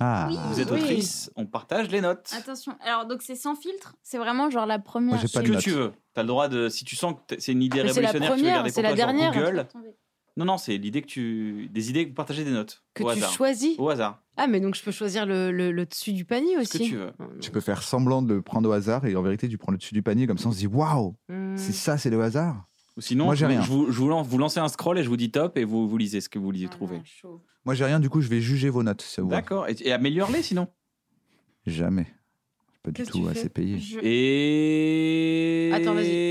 Ah.
Vous êtes
Oui.
autrice, on partage les notes.
Attention. Alors donc c'est sans filtre. C'est vraiment genre la
Moi,
première.
j'ai pas
Ce
de
que
notes.
tu veux. T'as le droit de. Si tu sens que t'es- c'est une idée
Ah, Mais c'est la
révolutionnaire, que tu veux
première,
garder
c'est
pour
la
toi, genre
dernière.
Google.
Attendez.
Non, non, c'est l'idée que tu. Des idées, partager des notes.
Que
au
tu
hasard.
choisis.
Au hasard.
Ah, mais donc je peux choisir le, le- le dessus du panier
Ce
aussi. Oh,
que tu veux.
Tu peux faire semblant de le prendre au hasard et en vérité, tu prends le dessus du panier comme ça, on se dit waouh,
Hmm.
Mm.
c'est ça, c'est le hasard.
Ou sinon,
Moi, j'ai
je-
rien.
Je vous, je vous lance, vous lancez un scroll et je vous dis top et vous, vous lisez ce que vous lisez
Ah,
trouver.
non, chaud.
Moi, j'ai rien, du coup, je vais juger vos notes. si Ça vous va.
D'accord. Et, et améliore-les sinon.
Jamais. Je suis Pas du
Qu'est-ce que tu
tout
fais
assez payé.
Je-
Et.
Attends,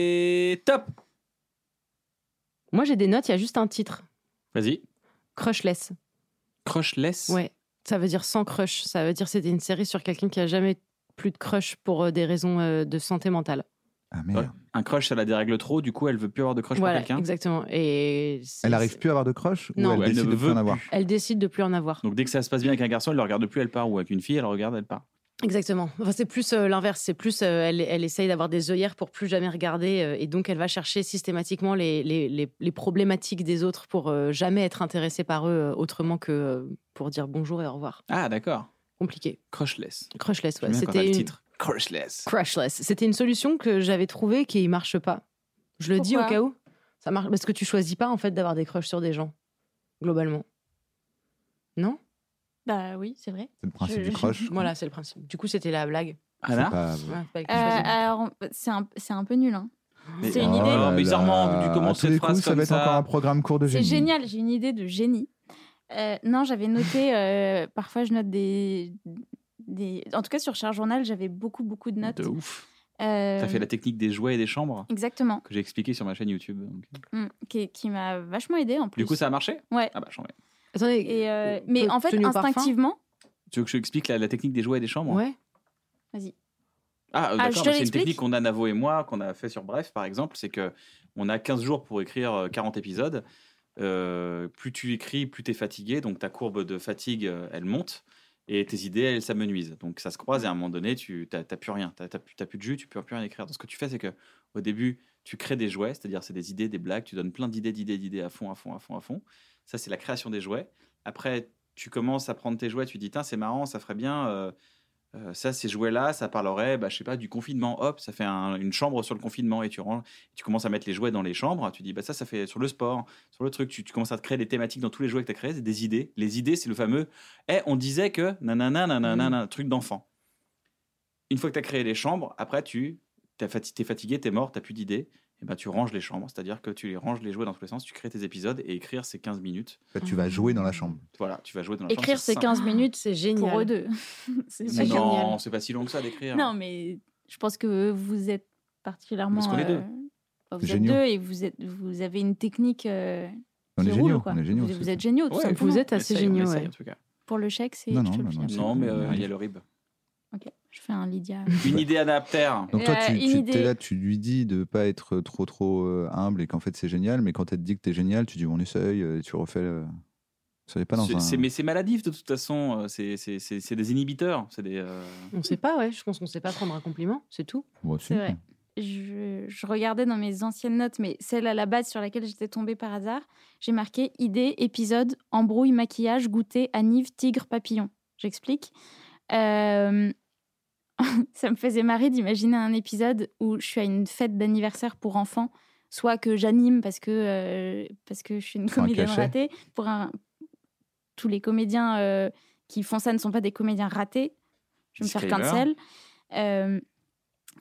Top
Moi, j'ai des notes, il y a juste un titre
Vas-y.
Crushless.
Crushless.
Ouais. Ça veut dire sans crush. Ça veut dire c'était une série sur quelqu'un qui a jamais plus de crush pour euh, des raisons euh, de santé mentale.
Ah merde.
Ouais. Un crush, ça la dérègle trop, du coup, elle veut plus avoir de crush
voilà,
pour quelqu'un.
exactement. Et c'est-
Elle arrive plus à avoir de croche ou
Non.
elle,
Ou elle
décide
ne
de
veut
plus en avoir
plus.
Elle décide de plus en avoir.
Donc dès que ça se passe bien avec un garçon, elle le regarde plus, elle part. Ou avec une fille, elle regarde, elle part.
Exactement. Enfin, c'est plus euh, l'inverse. C'est plus euh, elle, elle essaye d'avoir des œillères pour plus jamais regarder euh, et donc elle va chercher systématiquement les, les, les- les problématiques des autres pour euh, jamais être intéressée par eux euh, autrement que euh, pour dire bonjour et au revoir.
Ah, d'accord.
Compliqué.
Crushless.
Crushless, ouais.
J'aime bien quand t'as
C'était
le
une...
titre. Ah, Crushless.
Crushless. C'était une solution que j'avais trouvée qui marche pas. Je le dis au
Pourquoi
cas où. Ça marche parce que tu choisis pas en fait d'avoir des crushs sur des gens globalement. Non
Bah oui, c'est vrai.
C'est le principe
Je-
du croche.
Voilà, c'est le principe. Du coup, c'était la blague.
Anna
Ouais, pas que
Euh,
je choisis.
alors c'est un, c'est un peu nul. hein.
Mais-
C'est une
oh
idée.
Non, mais bizarrement, tu
comment
commences cette phrase
ça
comme
va être
ça.
encore un programme court de
C'est
génie.
génial. J'ai une idée de génie. Euh, non, j'avais noté. euh, parfois, je note des, des. En tout cas, sur Char Journal, j'avais beaucoup, beaucoup de notes.
De ouf.
Euh,
T'as fait la technique des jouets et des chambres
Exactement.
que j'ai expliqué sur ma chaîne YouTube. donc.
Mm, qui qui m'a vachement aidé en plus.
Du coup, ça a marché
Ouais.
Ah bah, chambres.
Attendez.
Et, euh,
euh,
mais
te-
en fait,
tenue au parfum
instinctivement.
Tu veux que je explique la, la technique des jouets et des chambres
Ouais.
Ah, euh,
Ah,
d'accord,
je te
mais c'est une
l'explique.
technique qu'on a, Navo et moi, qu'on a fait sur Bref, par exemple, c'est que on a 15 jours pour écrire euh, 40 épisodes. Euh, plus tu écris, plus tu es fatigué, donc ta courbe de fatigue, euh, elle monte, et tes idées, elles s'amenuisent. Donc ça se croise, et à un moment donné, tu n'as plus rien, tu n'as plus, t'as plus de jus, tu peux plus rien écrire. Donc ce que tu fais, c'est que au début, tu crées des jouets, c'est-à-dire c'est des idées, des blagues, tu donnes plein d'idées, d'idées, d'idées à fond, à fond, à fond, à fond. Ça, c'est la création des jouets. Après, tu commences à prendre tes jouets, tu dis, tiens, c'est marrant, ça ferait bien... euh, euh, ça, ces jouets-là, ça parlerait, bah, je sais pas, du confinement. Hop, ça fait un- une chambre sur le confinement et tu, ranges, tu commences à mettre les jouets dans les chambres. Tu dis, bah, ça, ça fait sur le sport, sur le truc. Tu, tu commences à te créer des thématiques dans tous les jouets que tu as créés, c'est des idées. Les idées, c'est le fameux, eh, on disait que nanana, nanana, nan, truc d'enfant. Une fois que tu as créé les chambres, après, tu t'es fatigué, t'es mort, t'as plus d'idées. eh ben, tu ranges les chambres, c'est-à-dire que tu les ranges les jouets dans tous les sens, tu crées tes épisodes et écrire c'est 15 minutes.
En fait, tu vas jouer dans la chambre.
Voilà, tu vas jouer dans la
Écrire ces
chambre.
[laughs]
15 minutes, c'est
C'est génial.
pour eux deux. [laughs]
c'est
c'est pas
simple.
génial.
Non, c'est pas si long que ça d'écrire.
Non, mais je pense que vous êtes particulièrement.
Parce qu'on est deux.
bah, vous
Géniaux.
êtes deux et vous, êtes, vous avez une technique. euh,
On
qui
est
roule,
géniaux,
quoi.
on est géniaux.
Vous,
c'est-
vous êtes géniaux, tout
Ouais,
simplement.
vous êtes
on
assez
essaye, on
géniaux,
essaye,
ouais.
en tout cas.
Pour le chèque, c'est.
Non, non,
je te le
non, non,
signale.
c'est-
Non, mais euh, il y a
Ouais.
le rib.
Ah, Ok, je fais un Lydia.
Une idée à la terre.
Donc toi,
Euh,
tu,
une
tu
idée.
t'es là, tu lui dis de pas être trop trop euh, humble et qu'en fait c'est génial, mais quand elle te dit que t'es génial, tu dis on essaye, euh, et tu refais. Le... Ça n'est pas dans
C'est-
un.
c'est- Mais c'est maladif de toute façon, euh, c'est- c'est c'est- c'est des inhibiteurs. C'est des. euh,
On sait pas, ouais. Je pense qu'on sait pas prendre un compliment, c'est tout.
Ouais, si.
C'est vrai. Je, je regardais dans mes anciennes notes, mais celle à la base sur laquelle j'étais tombée par hasard, j'ai marqué idée, épisode, embrouille, maquillage, goûter, anive, tigre, papillon. J'explique. Euh, [laughs] Ça me faisait marrer d'imaginer un épisode où je suis à une fête d'anniversaire pour enfants, soit que j'anime parce que euh, parce que je suis une
Pour un
comédienne
cachet.
ratée, pour un tous les comédiens euh, qui font ça ne sont pas des comédiens ratés. Je vais me faire
Disclaimer. hein.
cancel. Euh,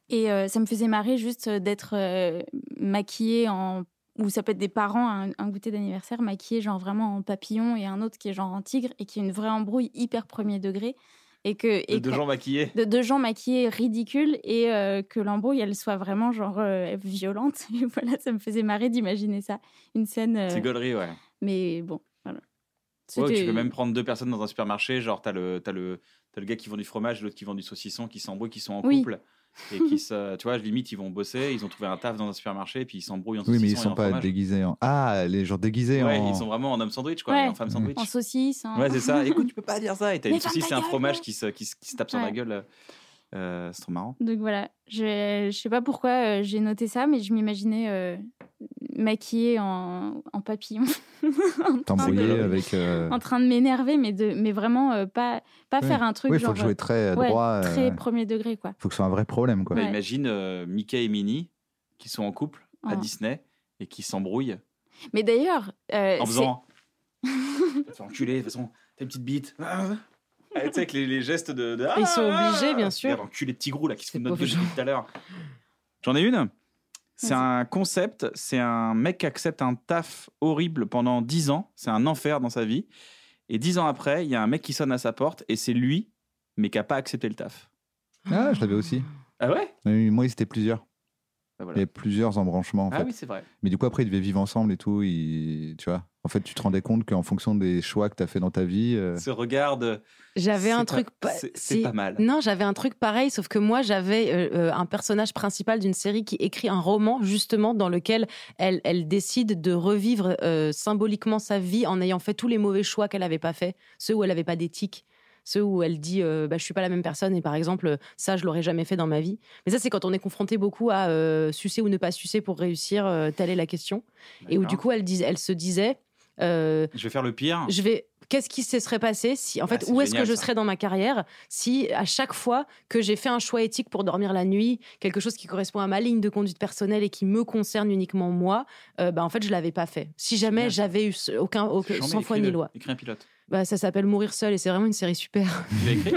et euh, ça me faisait marrer juste euh, d'être euh, maquillée en. Ou ça peut être des parents, un, un goûter d'anniversaire maquillé genre vraiment en papillon et un autre qui est genre en tigre et qui est une vraie embrouille hyper premier degré. Et que.
de
Et
deux
que-
gens maquillés.
de deux gens maquillés ridicules et euh, que l'embrouille elle soit vraiment genre euh, violente. [laughs] Et voilà, ça me faisait marrer d'imaginer ça. Une scène. euh,
C'est gaulerie, ouais.
mais bon, voilà.
Ouais, ou tu
C'était-
peux même prendre deux personnes dans un supermarché, genre t'as le, t'as le, t'as le gars qui vend du fromage, l'autre qui vend du saucisson, qui s'embrouillent, qui sont en
Oui.
couple. Et qui se, [laughs] tu vois, limite, ils vont bosser, ils ont trouvé un taf dans un supermarché, puis ils s'embrouillent en
Oui,
saucisson.
mais ils
et
sont
en
pas
fromage.
déguisés en. Ah, les gens déguisés
Ouais,
en.
ils sont vraiment en homme sandwich, quoi, et
Ouais.
en femme
Mm.
sandwich.
En saucisse. en-
Ouais, c'est
[laughs]
ça. Écoute, tu peux pas dire ça. Et t'as
Hein. Mais
une
ferme
saucisse,
ta
c'est un
gueule,
fromage
ouais.
qui se, qui, se- qui se tape sur la
Ouais.
gueule. Euh, c'est trop marrant.
Donc voilà, je, je sais pas pourquoi euh, j'ai noté ça, mais je m'imaginais euh, maquillée en, en papillon. [laughs] en, train
T'embrouiller
de,
avec. euh,
en train de m'énerver, mais, de, mais vraiment euh, pas, pas
Ouais.
faire un truc
Oui, il faut
genre,
le jouer très euh,
ouais,
droit. Il
très premier degré. quoi.
faut que ce soit un vrai problème, quoi.
Bah,
Ouais.
imagine euh, Mickey et Minnie qui sont en couple à
Oh.
Disney et qui s'embrouillent
Mais d'ailleurs, euh,
en
c'est-
[laughs]
faisant. Tu vas te faire enculer, de toute façon, t'as une petite bite. Ah, ah, tu sais, avec les, les gestes de. de-
Ils sont
Ah,
obligés, bien
ah,
sûr.
Regarde, enculé de petit gros là qui se
Ces
fout de notre
pauvres
gueule depuis tout à l'heure. J'en ai une. C'est
Vas-y.
un concept, c'est un mec qui accepte un taf horrible pendant 10 ans, c'est un enfer dans sa vie. Et 10 ans après, il y a un mec qui sonne à sa porte et c'est lui, mais qui n'a pas accepté le taf.
Ah, je l'avais aussi.
Ah ouais
Oui, Moi, c'était plusieurs.
Bah
Il y
voilà.
avait plusieurs embranchements, en
Ah
fait.
oui, c'est vrai.
Mais du coup, après, ils devaient vivre ensemble et tout. ils- Tu vois En fait, tu te rendais compte qu'en fonction des choix que t'as fait dans ta vie. euh,
Se regarde.
J'avais
C'est
un
pas-
truc. pa-
c'est- c'est pas mal.
Non, j'avais un truc pareil, sauf que moi, j'avais euh, euh, un personnage principal d'une série qui écrit un roman, justement, dans lequel elle, elle décide de revivre euh, symboliquement sa vie en ayant fait tous les mauvais choix qu'elle n'avait pas fait, ceux où elle n'avait pas d'éthique. Ceux où elle dit euh, bah, je suis pas la même personne et par exemple euh, ça je l'aurais jamais fait dans ma vie mais ça c'est quand on est confronté beaucoup à euh, sucer ou ne pas sucer pour réussir euh, telle est la question et où du
D'accord.
coup elle dis- elle se disait euh,
Je vais faire le pire.
je vais qu'est-ce qui se serait passé si en
Ah,
fait
c'est
où est-ce que
génial,
je
ça.
serais dans ma carrière si à chaque fois que j'ai fait un choix éthique pour dormir la nuit quelque chose qui correspond à ma ligne de conduite personnelle et qui me concerne uniquement moi euh, bah en fait je l'avais pas fait si jamais
génial, ça.
j'avais eu ce- aucun, aucun
J'en ai
sans foi
écrit
ni
le-
loi
Écrit un pilote.
bah ça s'appelle mourir seul et c'est vraiment une série super [laughs]
Tu l'as [laughs] écrit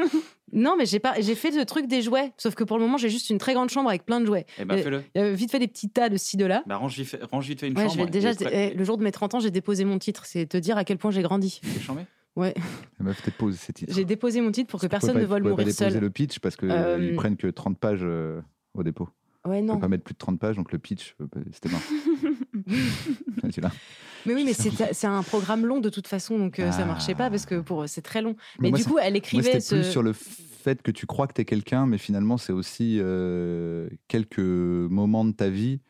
non mais j'ai pas j'ai fait le truc des jouets sauf que pour le moment j'ai juste une très grande chambre avec plein de jouets
Eh ben
Euh,
fais-le.
Il y avait vite fait des petits tas de ci de là
Bah, range, vite fait, range vite fait une
Ouais, je
chambre.
vais déjà,
et prêt-
eh, le jour de mes 30 ans, j'ai déposé mon titre. C'est te dire à quel point j'ai
euh,
grandi.
t'es chambé
La meuf, peut-être pose ces titres.
J'ai déposé mon titre pour que
Tu pouvais
personne
pas-
ne
tu
vole
pouvais pas
mourir
déposer
seul.
le pitch parce qu'ils
Euh,
prennent que 30 pages euh, au dépôt.
Ouais,
Tu
non.
peux pas mettre plus de 30 pages, donc le pitch, euh, bah, c'était
[laughs]
mort. [laughs] Tu l'as.
Mais oui, mais c'est c'est un programme long de toute façon, donc euh, ça
Ah.
marchait pas parce que pour euh, c'est très long.
Mais
Mais,
moi,
du
ça-
coup, elle
Moi,
écrivait
c'était
ce.
plus sur le fait que tu crois que t'es quelqu'un, mais finalement, c'est aussi euh, quelques moments de ta vie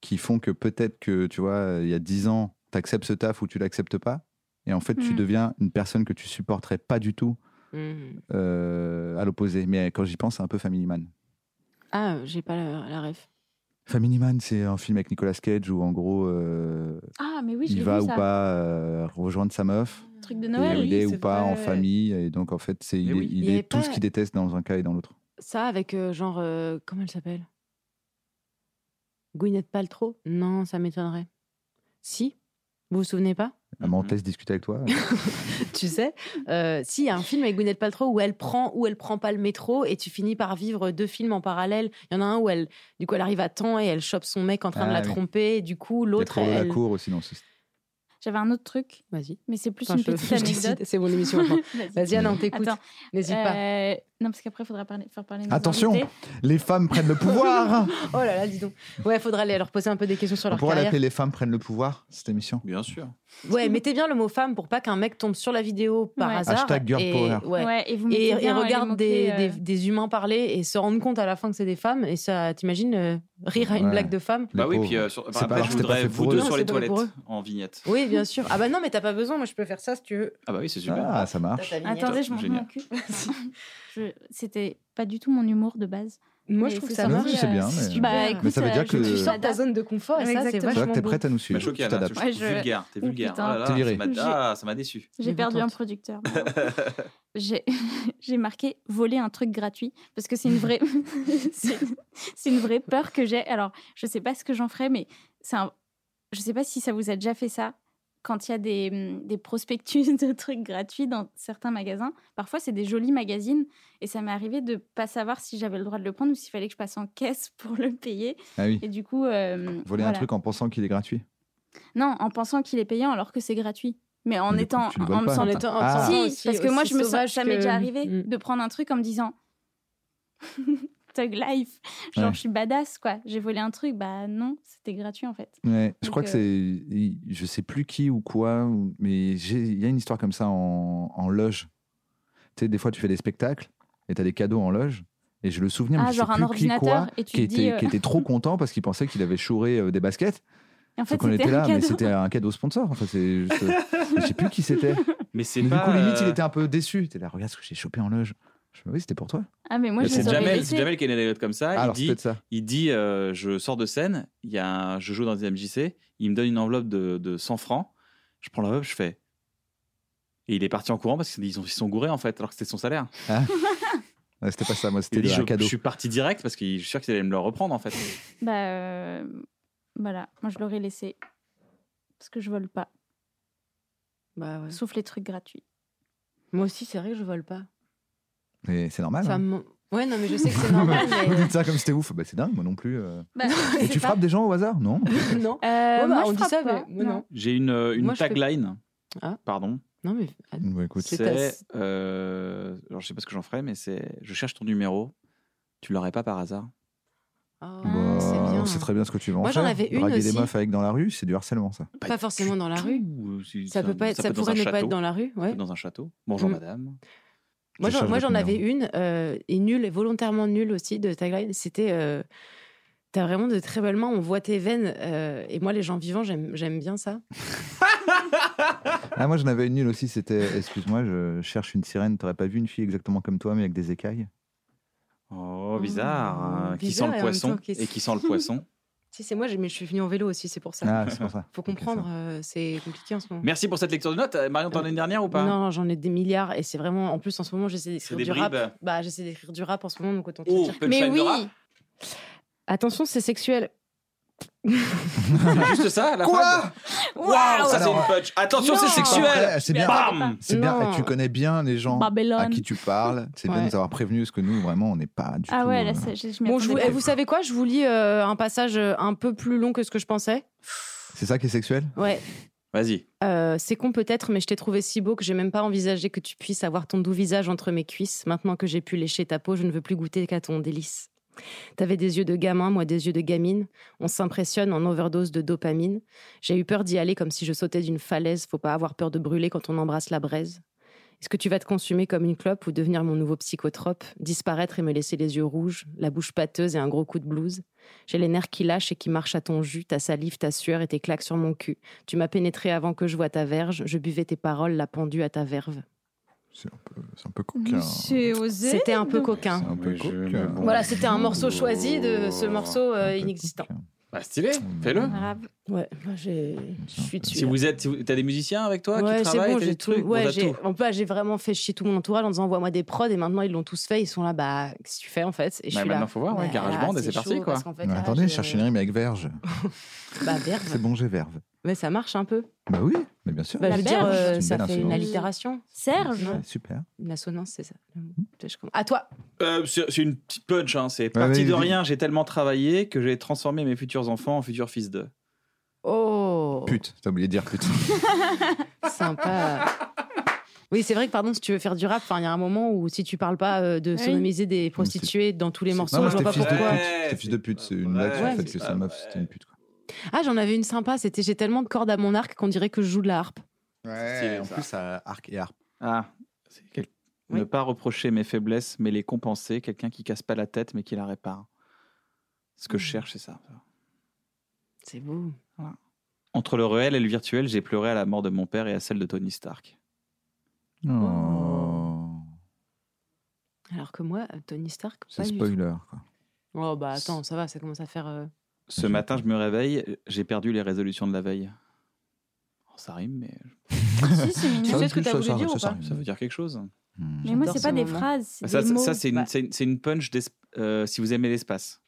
qui font que peut-être que, tu vois, il y a 10 ans, t'acceptes ce taf ou tu l'acceptes pas. Et en fait, tu
Mm.
deviens une personne que tu supporterais pas du tout
Hmm.
euh, à l'opposé. Mais quand j'y pense, c'est un peu Family Man.
Ah, euh, j'ai pas la, la ref.
Family Man, c'est un film avec Nicolas Cage où, en gros, euh,
Ah, mais oui, je l'ai
il va
vu
ou
ça.
pas euh, rejoindre sa meuf.
Truc de
Et
Noël.
il
oui,
est ou
c'est
pas en
vrai.
famille. Et donc, en fait, c'est, il,
Mais
est,
oui.
il
Il y
est
avait
tout
pas-
ce qu'il déteste dans un cas et dans l'autre.
Ça avec euh, genre euh, comment elle s'appelle Gwyneth Paltrow Non, ça m'étonnerait. Si Vous vous souvenez pas [laughs]
Ah, mais
Mhm.
on te laisse discuter avec toi.
tu sais, euh, si, il y a un film avec Gwyneth Paltrow où elle prend ou elle prend pas le métro et tu finis par vivre deux films en parallèle. Il y en a un où elle, du coup, elle arrive à temps et elle chope son mec en train de
Ah
la
oui.
tromper. et Du coup,
Il y a
l'autre,
trop de la
elle.
cour aussi dans ce
J'avais un autre truc,
Vas-y.
mais c'est plus
Enfin,
une
[laughs] je-
[laughs] petite
je décide,
anecdote.
C'est mon
[laughs]
émission. maintenant. [laughs] Vas-y, Anna, on t'écoute.
Attends,
N'hésite pas.
euh, non, parce qu'après, il faudra parler, faire parler nos
Attention.
invités.
Les femmes prennent le
[laughs]
pouvoir
Oh là là, dis donc. Ouais, faudra aller leur poser un peu des questions sur
On
leur
pourrait
carrière.
l'appeler Les femmes prennent le pouvoir, cette émission
Bien sûr.
Ouais, mettez bien le mot femme pour pas qu'un mec tombe sur la vidéo par
Ouais.
hasard.
Hashtag girl
et,
power.
ouais.
Ouais, et vous
Et,
mettez
et
bien, euh, les
regarde des,
mots-clés, euh,
des- des humains parler et se rendre compte à la fin que c'est des femmes. Et ça, t'imagines, euh, rire à une
Ouais.
blague de femme
Les
bah oui,
pauvres.
puis euh, sur- bah,
C'est pas
après,
grave,
je
c'était pas
voudrais
fait pour
vous
eux.
deux
Non,
sur les
c'était pas
toilettes
pour
en vignette.
Oui, bien sûr. Ah bah non, mais t'as pas besoin. Moi, je peux faire ça si tu veux.
Ah bah oui, c'est super.
Ah, ça marche.
Attendez, je montre
Génial.
mon cul. Je- C'était pas du tout mon humour de base.
[laughs] Moi, je
Mais
trouve
faut
que ça
sortir,
marche.
Ah, c'est bien,
euh,
mais-
super.
Bah, écoute,
Mais ça veut
euh,
dire
je-
que-
je
Tu sors de ta
m'adapte.
zone de confort et ça, c'est
Exactement.
C'est vrai que
vachement
t'es
beau.
prête à nous suivre.
Bah, choqué,
tu
Anna,
t'adaptes.
je trouve
Ouais, je-
vulgaire. T'es
Oh,
vulgaire.
putain.
Ah là là,
T'es viré.
ça m'a-
J'ai-
Ah, ça m'a déçu.
J'ai
Mais
perdu
contente.
un producteur. bravo.
[laughs]
J'ai [laughs] j'ai marqué voler un truc gratuit parce que c'est une vraie [laughs] c'est c'est une vraie peur que j'ai. Alors, je sais pas ce que j'en ferai mais c'est un je sais pas si ça vous a déjà fait ça quand il y a des, hum, des prospectus [laughs] de trucs gratuits dans certains magasins. Parfois, c'est des jolis magazines et ça m'est arrivé de pas savoir si j'avais le droit de le prendre ou s'il fallait que je passe en caisse pour le payer
Ah oui.
et du coup euh,
Voler un
voilà.
truc en pensant qu'il est gratuit.
Non, en pensant qu'il est payant alors que c'est gratuit. Mais en
Mais
étant
tu le voles
en me
pas.
sentant
En étant- en
Ah.
te sentant
si,
aussi-
parce que moi, je
aussi
me sens,
sauvage
ça m'est
que-
déjà arrivé
Mm.
de prendre un truc en me disant [laughs] Tug Life, genre
Ouais.
je suis badass quoi, j'ai volé un truc, bah non, c'était gratuit en fait.
Ouais, je
Donc,
crois que
euh,
c'est. il- Je sais plus qui ou quoi, ou- mais j'ai- il y a une histoire comme ça en, en loge. Tu sais, des fois, tu fais des spectacles et tu as des cadeaux en loge. Et je le souviens, mais
ah,
je
genre
sais
un
plus qui,
ordinateur
quoi,
et
qui
tu te dis.
était,
euh,
qui était trop content parce qu'il pensait qu'il avait chouré euh, des baskets.
et en
Sauf
fait,
qu'on était
c'était
là,
un
mais
cadeau.
c'était un cadeau sponsor. Enfin, c'est juste- euh, je sais plus qui c'était.
[laughs] Mais c'est
Mais du
pas.
coup, limite, il
euh,
était un peu déçu. T'es là, regarde ce que j'ai chopé en loge. Je me dis, oui, c'était pour toi.
Ah, mais moi,
Mais
je
C'est
les aurais
Jamel,
laissés.
c'est Jamel qui a une anecdote comme ça.
Ah,
il
alors, c'est
dit,
peut-être ça.
il dit euh, je sors de scène, il y a un- je joue dans des MJC, il me donne une enveloppe de, de 100 francs, je prends l'enveloppe, je fais. Et il est parti en courant parce qu'ils sont- ils sont gourés en fait, alors que c'était son salaire.
Ouais, c'était pas ça, moi,
Il
c'était
dit,
un
je,
cadeau.
je suis parti direct parce que je suis sûr qu'il allait me le reprendre en fait.
Bah euh, voilà, moi je l'aurais laissé. Parce que je vole pas,
Bah ouais.
sauf les trucs gratuits.
Moi aussi, c'est vrai que je vole pas.
Mais c'est normal.
Ça
hein.
me- Ouais, non, mais je sais que
[laughs]
c'est normal.
Vous
mais- euh,
dites ça comme c'était ouf. Bah, c'est dingue, moi non plus. euh.
Bah, je
Et
sais
tu
pas.
frappes des gens au hasard Non.
[laughs] non.
Euh,
Ouais, bah,
moi, je
on dit
frappe
ça,
pas,
mais moi, non.
J'ai une, euh, une
Moi, je fais-
tagline.
Ah.
Pardon.
Non, mais ah,
Bah, écoute,
C'est
C'est.
ta-
euh, alors je sais pas ce que j'en ferai, mais c'est. Je cherche ton numéro, tu l'aurais pas par hasard
ah,
bah,
c'est bien. hein.
on sait très bien ce que tu veux en
Moi, j'en
faire.
avais une
Draguer des
aussi.
meufs avec dans la rue, c'est du harcèlement, ça.
Pas forcément
du
dans la
tout.
rue.
euh, C'est-
Ah. Ça, peut pas être, ça,
peut dans
pourrait
un
ne pas
château.
être dans la rue.
Ça peut
Ouais.
être Dans un château. Bonjour
Mm.
madame.
Moi,
Je
j'en,
cherche
moi,
votre
j'en avais
numéro.
une, euh, et nulle, et volontairement nulle aussi, de tagline. C'était euh, T'as vraiment de très belles mains, on voit tes veines. euh, et moi, les gens vivants, j'aime, j'aime bien ça.
Ah, moi, j'en avais une nulle aussi. C'était, excuse-moi, je cherche une sirène. T'aurais pas vu une fille exactement comme toi, mais avec des écailles
Oh, bizarre.
Oh,
hein, qui sent
bizarre et
le
en même
poisson
temps, qu'est-ce-
et qui sent le poisson.
[laughs] Si, c'est moi, j'ai- mais je suis venue en vélo aussi, c'est pour ça.
Ah, c'est pour ça.
Faut
Ok, ça.
comprendre, euh, c'est compliqué en ce moment.
Merci pour cette lecture de notes. Euh, Marion, t'en as une dernière ou pas
Non, j'en ai des milliards, et c'est vraiment. En plus, en ce moment, j'essaie d'écrire
des
du rap.
bribes.
Bah, j'essaie d'écrire du rap en ce moment, donc autant te
Oh,
dire.
punchline de rap.
Attention, c'est sexuel.
C'est juste ça, la phrase Waouh, ça c'est une punch. Attention,
Non.
c'est sexuel.
Après, c'est bien.
Bam
C'est bien.
Non.
Tu connais bien les gens
Bah,
à
Babylone.
qui tu parles. C'est bien
Ouais.
de nous avoir prévenus, parce que nous, vraiment, on n'est pas du tout.
Ah ouais, là,
euh,
ça- je, je m'y
Bon, je vous,
attendais
eh, vous savez quoi Je vous lis euh, un passage euh, un peu plus long que ce que je pensais.
C'est ça qui est sexuel
Ouais.
Vas-y.
Euh, c'est con peut-être, mais je t'ai trouvé si beau que j'ai même pas envisagé que tu puisses avoir ton doux visage entre mes cuisses. Maintenant que j'ai pu lécher ta peau, je ne veux plus goûter qu'à ton délice. T'avais des yeux de gamin, moi des yeux de gamine. On s'impressionne en overdose de dopamine. J'ai eu peur d'y aller comme si je sautais d'une falaise. Faut pas avoir peur de brûler quand on embrasse la braise. Est-ce que tu vas te consumer comme une clope ou devenir mon nouveau psychotrope, disparaître et me laisser les yeux rouges, la bouche pâteuse et un gros coup de blouse J'ai les nerfs qui lâchent et qui marchent à ton jus, ta salive, ta sueur et tes claques sur mon cul. Tu m'as pénétré avant que je voie ta verge, je buvais tes paroles, la pendue à ta verve.
C'est un peu, c'est un peu coquin.
Monsieur
[laughs]
osé.
C'était un peu
C'est
coquin.
un peu
Mais je-
coquin.
mais bon.
euh,
Voilà, c'était un morceau choisi de ce morceau euh, inexistant.
Bah, stylé, fais-le.
Ah,
Grave.
Ouais, moi j'ai, je suis dessus.
Si
là.
vous êtes, si vous- t'as des musiciens avec toi qui
ouais, c'est
travaillent,
bon,
t'as
j'ai
des
tout.
trucs, bon,
Ouais,
t'as
j'ai,
tout.
en fait, j'ai vraiment fait chier tout mon entourage en disant envoie-moi des prods et maintenant ils l'ont tous fait. Ils sont là, bah, qu'est-ce que tu fais en fait Et je
Bah,
suis
maintenant,
là.
faut voir, ouais,
bah,
GarageBand, et c'est parti,
chaud,
quoi.
parce qu'en fait,
Mais
là,
attendez,
bah, j'ai- euh,
je cherche une rime avec verge.
Bah, verve.
C'est bon, j'ai verve.
Mais ça marche un peu.
Bah oui, mais bien sûr.
Bah, je veux dire,
berge.
euh,
C'est une
ça
belle
fait une
insolence.
allitération,
Serge
Ouais, Super.
une assonance, c'est ça.
Mmh.
Je comprends. À toi
Euh, c'est c'est une petite punch, hein, c'est parti
vas-y,
de
vas-y.
rien. J'ai tellement travaillé que j'ai transformé mes futurs enfants en futurs fils d'eux.
Oh
Pute, t'as oublié de dire
[laughs]
pute.
Sympa. [laughs] Oui, c'est vrai que pardon, si tu veux faire du rap, enfin, il y a un moment où si tu parles pas euh, de
Oui.
sodomiser des prostituées dans tous les
C'est-
morceaux,
Non, mais
je vois
c'était
pas
fils de
pourquoi.
Ouais,
pute. C'était fils de pute, c'est une
Ouais,
blague sur le
c'est
fait que
pas
sa meuf,
vrai.
c'était une pute. quoi.
Ah, j'en avais une sympa, c'était j'ai tellement de cordes à mon arc qu'on dirait que je joue de la harpe.
stylé,
en
ça.
plus, ça arc et harpe.
Ah, c'est quel-
Oui.
ne pas reprocher mes faiblesses, mais les compenser. Quelqu'un qui casse pas la tête, mais qui la répare. Ce
Mm.
que je cherche, c'est ça.
C'est beau.
Entre le réel et le virtuel, j'ai pleuré à la mort de mon père et à celle de Tony Stark.
Oh.
Alors que moi, euh, Tony Stark, pas
C'est
du tout.
spoiler. quoi.
Oh bah attends, ça va, ça commence à faire. euh,
Ce matin, je me réveille, j'ai perdu les résolutions de la veille. Oh, ça rime, mais
Si, c'est mignon.
Tu
Ça,
sais ce que
ça,
t'as voulu
ça,
dire
ça,
ou
ça
pas
rime.
ça veut dire quelque chose.
Hmm.
Mais moi,
J'adore
c'est
ce
pas des
moment.
phrases, c'est
Ça,
des
c'est-
mots.
ça, c'est une,
Bah.
c'est une- c'est une punch d'es- euh, si vous aimez l'espace.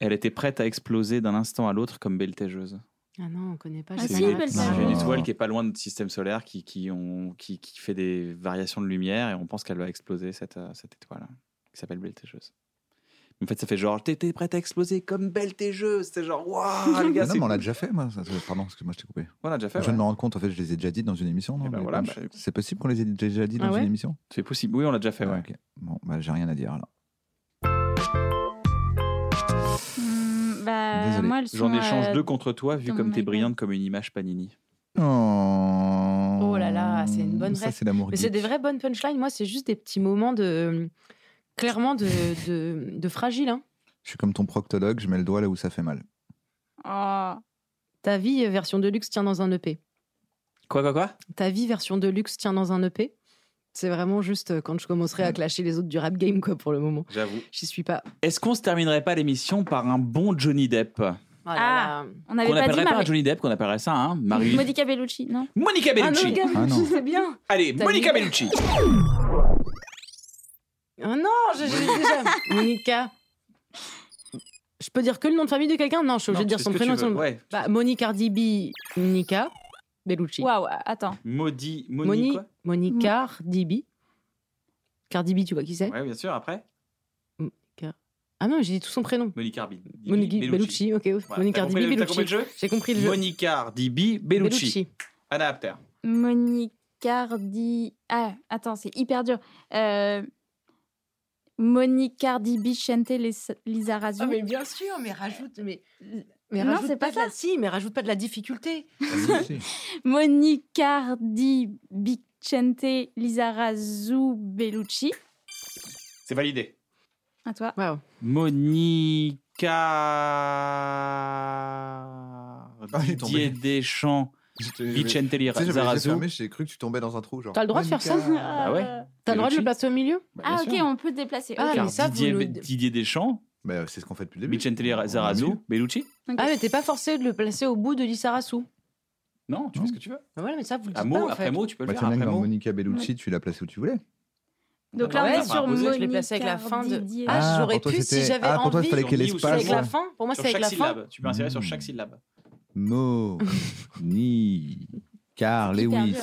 Elle était prête à exploser d'un instant à l'autre comme Beltaigeuse.
Ah non, on connaît pas.
Ah
j'ai
si,
pas
une,
la-
Beltaigeuse.
c'est une
Non.
étoile qui est pas loin de notre système solaire qui, qui, ont- qui, qui fait des variations de lumière et on pense qu'elle va exploser cette, euh, cette étoile qui s'appelle Beltaigeuse. En fait, ça fait genre t'étais prête à exploser comme Beltaigeuse. C'est genre
[laughs]
waouh les
Mais
gars,
non,
c'est
mais on l'a
cool.
déjà fait, moi. ça- Pardon, parce que moi je t'ai coupé.
Voilà, déjà fait. ouais.
je viens de me rends compte, en fait, je les ai déjà dit dans une émission. non,
Eh ben
les
voilà,
punchs
bah-
C'est possible qu'on les ait déjà dit
Ah
dans
ouais
une émission
C'est possible. Oui, on l'a déjà fait.
Ah,
ouais.
ok. Bon, bah, j'ai rien à dire alors.
Hmm, bah,
Désolé.
moi, elles sont,
J'en échange
euh,
deux contre toi vu
Oh
dans
comme
mon
t'es
iPad.
brillante comme une image Panini.
Oh,
Oh là là, c'est une bonne
Ça,
ref.
c'est l'amour
Mais c'est
geek.
des vraies bonnes punchlines. Moi, c'est juste des petits moments de. euh, Clairement, de, de, de fragile. Hein.
Je suis comme ton proctologue, je mets le doigt là où ça fait mal.
Oh.
Ta vie euh, version deluxe tient dans un E EP.
Quoi, quoi, quoi
Ta vie version deluxe tient dans un EP. C'est vraiment juste euh, quand je commencerai à clasher les autres du rap game, quoi, pour le moment.
J'avoue.
J'y suis pas.
Est-ce qu'on se terminerait pas l'émission par un bon Johnny Depp
Oh là
Ah.
là.
On n'avait
Qu'on
pas dit
appellerait pas un
Marie.
Johnny Depp, qu'on appellerait ça, hein Marie...
Monica Bellucci, non
Monica
Ah
Bellucci
non, gars,
Ah non.
c'est bien.
Allez,
T'as
Monica
dit-
Bellucci
Ah non, j'ai j'ai déjà.
[laughs]
Monica. Je peux dire que le nom de famille de quelqu'un Non, je suis obligée
Non,
de dire
c'est
son
ce que
prénom.
tu
et Son...
veux, ouais.
Bah, Monique Ardibi, Monica Bellucci.
Waouh, attends.
Maudit... Moni...
Moni,
quoi
Monique Cardibi. Cardibi, tu vois qui c'est
Ouais, bien sûr, après.
Ah non, j'ai dit tout son prénom.
Monica Arbi- Dibi
Monique Bellucci, ok.
Voilà.
Monique
T'as compris
Cardibi,
le- t'as compris
Bellucci.
le jeu
J'ai compris le jeu.
Monica Dibi Bellucci. Anna Apter.
Monique Cardi. Ah, attends, c'est hyper dur. Euh... Monique Cardi Bichente Lis- Lizarazu.
bien sûr, Ah, mais rajoute. Mais,
Non, c'est pas ça.
si, mais rajoute pas de la difficulté.
Monique Cardi Bichente Lizarazu Bellucci.
C'est validé.
À toi.
Waouh.
Monica...
[laughs] Ah, il est
Didier
tombé.
Deschamps,
J'étais-
Vicente
Tu sais, j'avais les yeux
Lizarazu.
fermés, j'ai cru que tu tombais dans un trou. genre.
T'as le droit de faire ça Ah,
Monica.
Bah ouais.
T'as le droit de le
Bellucci.
placer au milieu
Bah, bien
Ah,
sûr.
ok, on peut déplacer.
Euh, Ah,
ok.
Car
mais ça, vous
Didier,
nous-
Didier Deschamps,
Bah, euh, c'est ce qu'on fait depuis le début.
Vicente
On- on a
Lizarazu,
mis.
Bellucci.
Ok.
Ah, mais t'es pas forcé de le placer au bout de l'Issarasu.
Non, tu fais ce que tu veux.
Ah Voilà, mais ça, vous le
À
dites
mot,
pas, en
après
fait.
mot, tu peux le
Bah,
faire.
tiens, bien
Après
que dans
mot.
Monica Bellucci, tu l'as placée où tu voulais.
Donc
bah
Ouais,
là, on est
ça
sur
va poser.
Monique
Je l'ai placé avec la fin de-
Cardi
Ah, j'aurais
pour toi,
pu si
c'était-
j'avais
Ah, pour toi,
envie.
il fallait qu'elle
Sur mi ou
C'est
sur
espace.
avec la
ouais.
fin. Pour moi,
Sur
c'est avec
chaque
la fin.
syllabe. Tu peux insérer
Hmm.
sur chaque syllabe.
Mo. Ni. Car
C'est hyper
Lewis.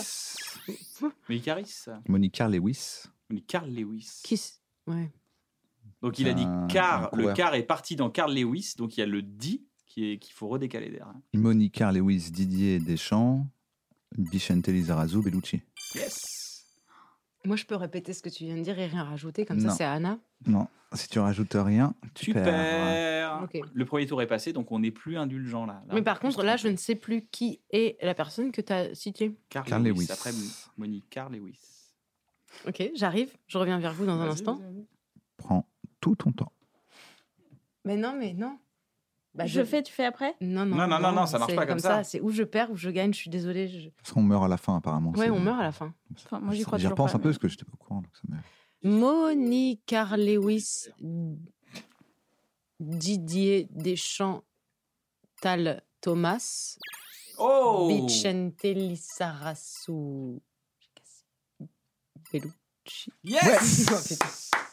Mais Caris. euh,
Monica Lewis.
Mais Carl Lewis.
Qui s- Ouais.
Donc il a dit
Un- Ah, un
car. Le
coureur.
car est parti dans Carl Lewis. Donc il y a le dit qui est- qu'il faut redécaler derrière.
Monica Lewis, Didier Deschamps. Bichente Lizarazu, Bellucci.
Yes.
Moi, je peux répéter ce que tu viens de dire et rien rajouter, comme ça,
Non.
c'est à Anna.
Non, si tu rajoutes rien, tu perds.
Super.
Ok.
Le premier tour est passé, donc on n'est plus indulgent là. Là,
Mais
on
par
peut plus
contre, là,
se
je ne sais plus qui est la personne que tu as citée.
Carl,
Carl
Lewis.
Lewis.
Après Monique Carl Lewis.
Ok, j'arrive, je reviens vers vous dans un
Vas-y,
instant.
vas-y, vas-y.
Prends tout ton temps.
Mais non, mais non. Bah,
je fais, tu fais après
Non, non,
Non, non, non, non, ça marche
c'est
pas comme ça.
C'est où je perds, ou je gagne, je suis désolée. je-
Parce qu'on meurt à la fin, apparemment.
Ouais,
c'est-
on meurt à la fin.
Enfin, moi, j'y crois
J'y
toujours
repense
pas,
un peu
mais-
parce que j'étais pas au courant. donc ça
[laughs]
me-
Monica Lewis, Didier Deschamps,
Tal Thomas,
Oh
Vicente Lizarazu, Bellucci.
Yes
Oh, putain.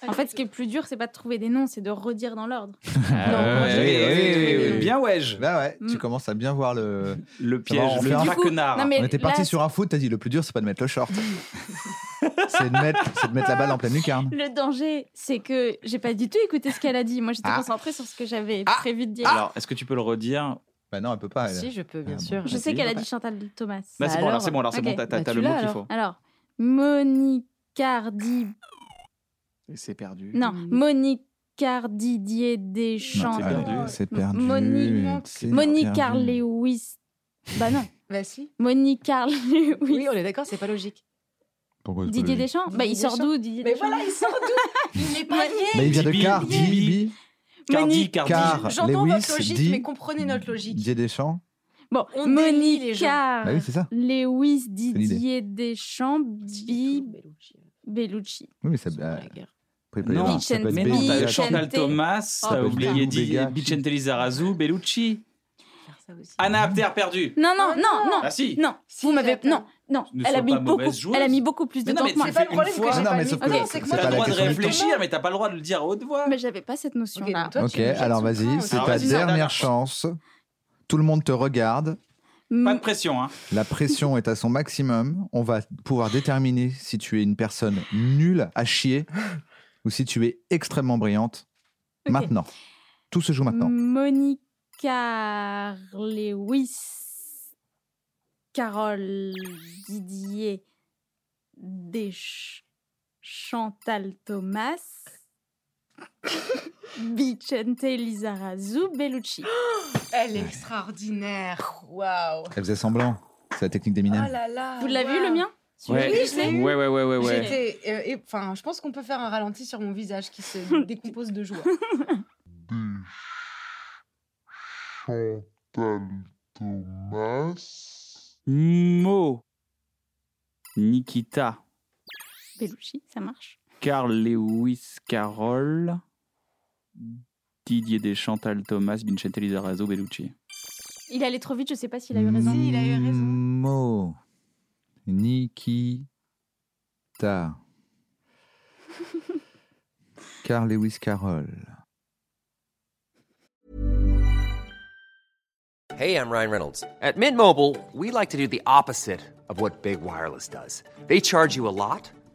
Ah.
En fait, ce qui est plus dur, c'est pas de trouver des noms, c'est de redire dans l'ordre.
Ah,
Ouais,
ouais,
ouais,
oui,
ouais,
oui,
ouais.
oui.
Bien wesh
Là, Bah ouais, tu
Mm.
commences à bien voir le.
Bah, Le
va, on
piège,
fait
le
un-
traquenard.
Non, mais- Et
on était
là,
parti
c'est-
sur un foot, t'as dit le plus dur, c'est pas de mettre le
[laughs]
short. c'est de mettre, c'est de mettre la balle en pleine lucarne.
Le danger, c'est que j'ai pas du tout écouté ce qu'elle a dit. Moi, j'étais
Ah.
concentrée sur ce que j'avais
Ah.
prévu de dire.
Alors, est-ce que tu peux le redire
Bah non, elle peut pas. elle.
Si, je peux, bien
Ah, bon.
sûr.
Je sais
vas-y,
qu'elle a
bah.
dit Chantal Thomas.
Bah, c'est bon, alors
alors
c'est bon, alors c'est
Ok.
bon, t'as- t'as
Bah,
t'as
tu
le mot
l'as,
qu'il
alors.
faut.
Alors, Monicardi.
Et C'est perdu.
Non,
Mm.
Monicardidier Deschamps.
c'est
Ah,
perdu.
C'est perdu.
Monique-
C'est perdu.
Monica Lewis. Bah non,
Bah si.
Monica Lewis.
Oui, on est d'accord, c'est pas logique.
Pourquoi c'est pas
Didier
logique
Deschamps Bah, il
Didier
sort d'où, Didier Deschamps
il sort d'où Il n'est
pas
lié.
Mais il vient de
Dibi,
Car,
Dibi.
Dibi,
Cardi,
Monique-
Cardi.
Car,
J'entends
Lewis,
votre logique,
dit-
mais comprenez notre logique.
Didier Deschamps.
Bon,
On délie les gens.
Monica
Bah oui, c'est ça.
Lewis
l'idée.
Didier Deschamps Bi
Bellucci.
Bellucci.
Oui, mais ça.
Son
euh,
blagueur.
après, il peut y
Non,
avoir- ça peut être
mais
mais
Bellou-
non,
Béga,
t'as eu
Vicente.
Chantal Thomas,
Oh,
t'as
putain.
oublié
Bellou,
Di-
Béga.
Vicente Lizarazu, Bellucci.
Faire ça aussi.
Anna Apter perdue.
Non, non, non, non,
Ah si
non.
Si,
Vous m'avez
j'attends.
non, non.
Ne
Elle
sois
a mis
pas
beaucoup.
mauvaise joueuse.
Elle a mis beaucoup plus de
Mais non,
temps
mais
que moi.
C'est pas le
Une
problème que
fois-
j'ai
Ah Non,
pas
mais
mis
sauf
de
que
temps, c'est que
T'as
c'est
moi
le
pas la
droit de
question du temps.
réfléchir, mais t'as pas le droit de le dire à haute voix.
Mais j'avais pas cette notion
Ok,
là.
donc toi,
Ok,
tu jettes
alors
sous le
vas-y,
train
c'est
Ah,
ta
aussi.
vas-y, c'est la
dernière
dernière.
chance. Tout le monde te regarde,
Pas de pression, hein.
la pression est à son maximum. On va pouvoir déterminer si tu es une personne nulle à chier ou si tu es extrêmement brillante.
Ok. Mm.
Maintenant. Tout se joue maintenant.
Monica Lewis Carole Didier Desch Chantal
[laughs]
Thomas Vicente Lizarazu Bellucci.
Elle est extraordinaire. Waouh.
Elle faisait semblant. C'est la technique
Oh
d'Eminem.
là là.
Vous l'avez vu
waouh.
le mien
Ouais.
Oui, je l'ai eu.
Ouais, ouais, ouais, ouais, ouais.
J'étais, euh, et- enfin, je pense qu'on peut faire un ralenti sur mon visage qui [laughs] se décompose de joie.
Des Chantal Thomas.
Mo. Nikita.
Bellucci, ça marche.
Carl Lewis Carroll. Didier Deschamps, Chantal Thomas, Vincente Lizarazu, Bellucci.
Il allait trop vite, je sais pas s'il a eu raison.
Si, il a eu raison.
Mo. Nikita.
[laughs]
Carl Lewis Carroll.
Hey, I'm Ryan Reynolds. At Mint Mobile, we like to do the opposite of what Big Wireless does. They charge you a lot,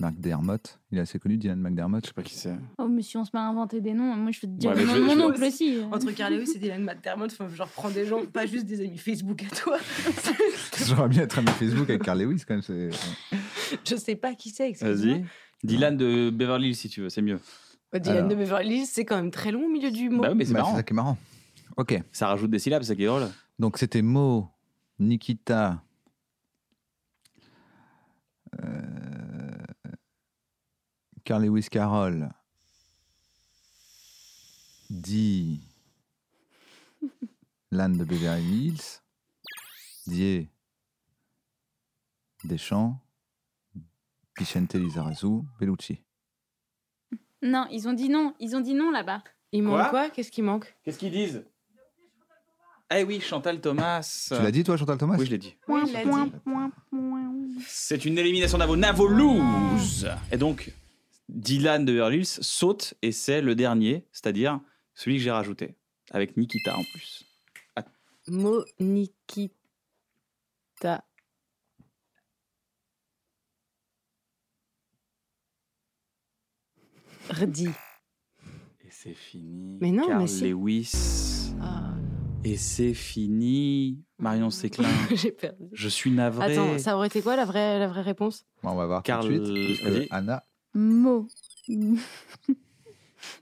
McDermott. Il est assez connu, Dylan McDermott. [laughs] Je sais pas qui c'est.
Oh, monsieur, on se met à inventer des noms. Moi, je veux te dire
Ouais, mais
mon,
je-
mon
je-
oncle aussi. euh.
Entre Carl Lewis et Dylan McDermott, enfin, genre, prends des gens, pas juste des amis Facebook à toi. [laughs]
J'aimerais bien être ami Facebook avec Carl Lewis quand même. c'est-
je sais pas qui c'est, excuse-moi.
Vas-y. Dylan de Beverly Hills, si tu veux, c'est mieux.
Bah, Dylan
Alors.
de Beverly Hills, c'est quand même très long au milieu du mot.
Bah oui, mais c'est
Bah,
marrant.
ça qui est marrant. Ok,
Ça rajoute des syllabes, c'est ça qui est drôle.
donc c'était Mo, Nikita, euh, Carl Lewis Carroll, [laughs] Di, Lan de Beverly Hills, Die, Deschamps, Vicente Lizarazu, Bellucci.
Non, ils ont dit non. Ils ont dit non là-bas.
Il
Quoi
manque quoi Qu'est-ce qui manque
Qu'est-ce qu'ils disent Eh oui, Chantal Thomas.
Tu l'as dit toi, Chantal Thomas
Oui, je l'ai dit.
Oui, il l'a dit.
C'est une élimination d'Avo Navolouse. Et donc, Dylan de Beverly Hills saute et c'est le dernier, c'est-à-dire celui que j'ai rajouté, avec Nikita en plus.
Monikita. Rdi.
Et c'est fini.
Mais non,
Carl
mais si.
Lewis.
Ah,
Et c'est fini. Marion
[laughs]
Séclin.
J'ai perdu.
Je suis navré.
Attends, ça aurait été quoi la vraie, la vraie réponse
Bon, on va voir
Carl-
tout de suite. parce que
vas-y.
Anna,
Mo.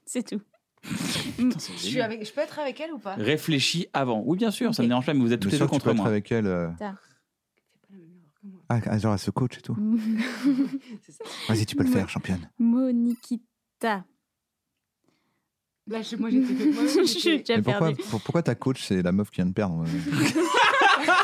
C'est tout.
c'est
Je, suis
génial.
avec... je peux être avec elle ou
Euh.
pas
Réfléchis avant. Oui, bien sûr, ça me dérange pas, mais vous êtes
Bien
toutes les
sûr
deux
que
contre
tu peux être
moi.
avec elle. euh, Ah, ah, genre, elle se coach et tout. Vas-y, tu peux le faire, championne.
Monikita.
Là, chez
[laughs]
moi, j'étais. moi,
J'ai déjà
Mais pourquoi,
perdu.
pour- pourquoi ta coach, c'est la meuf qui vient de perdre euh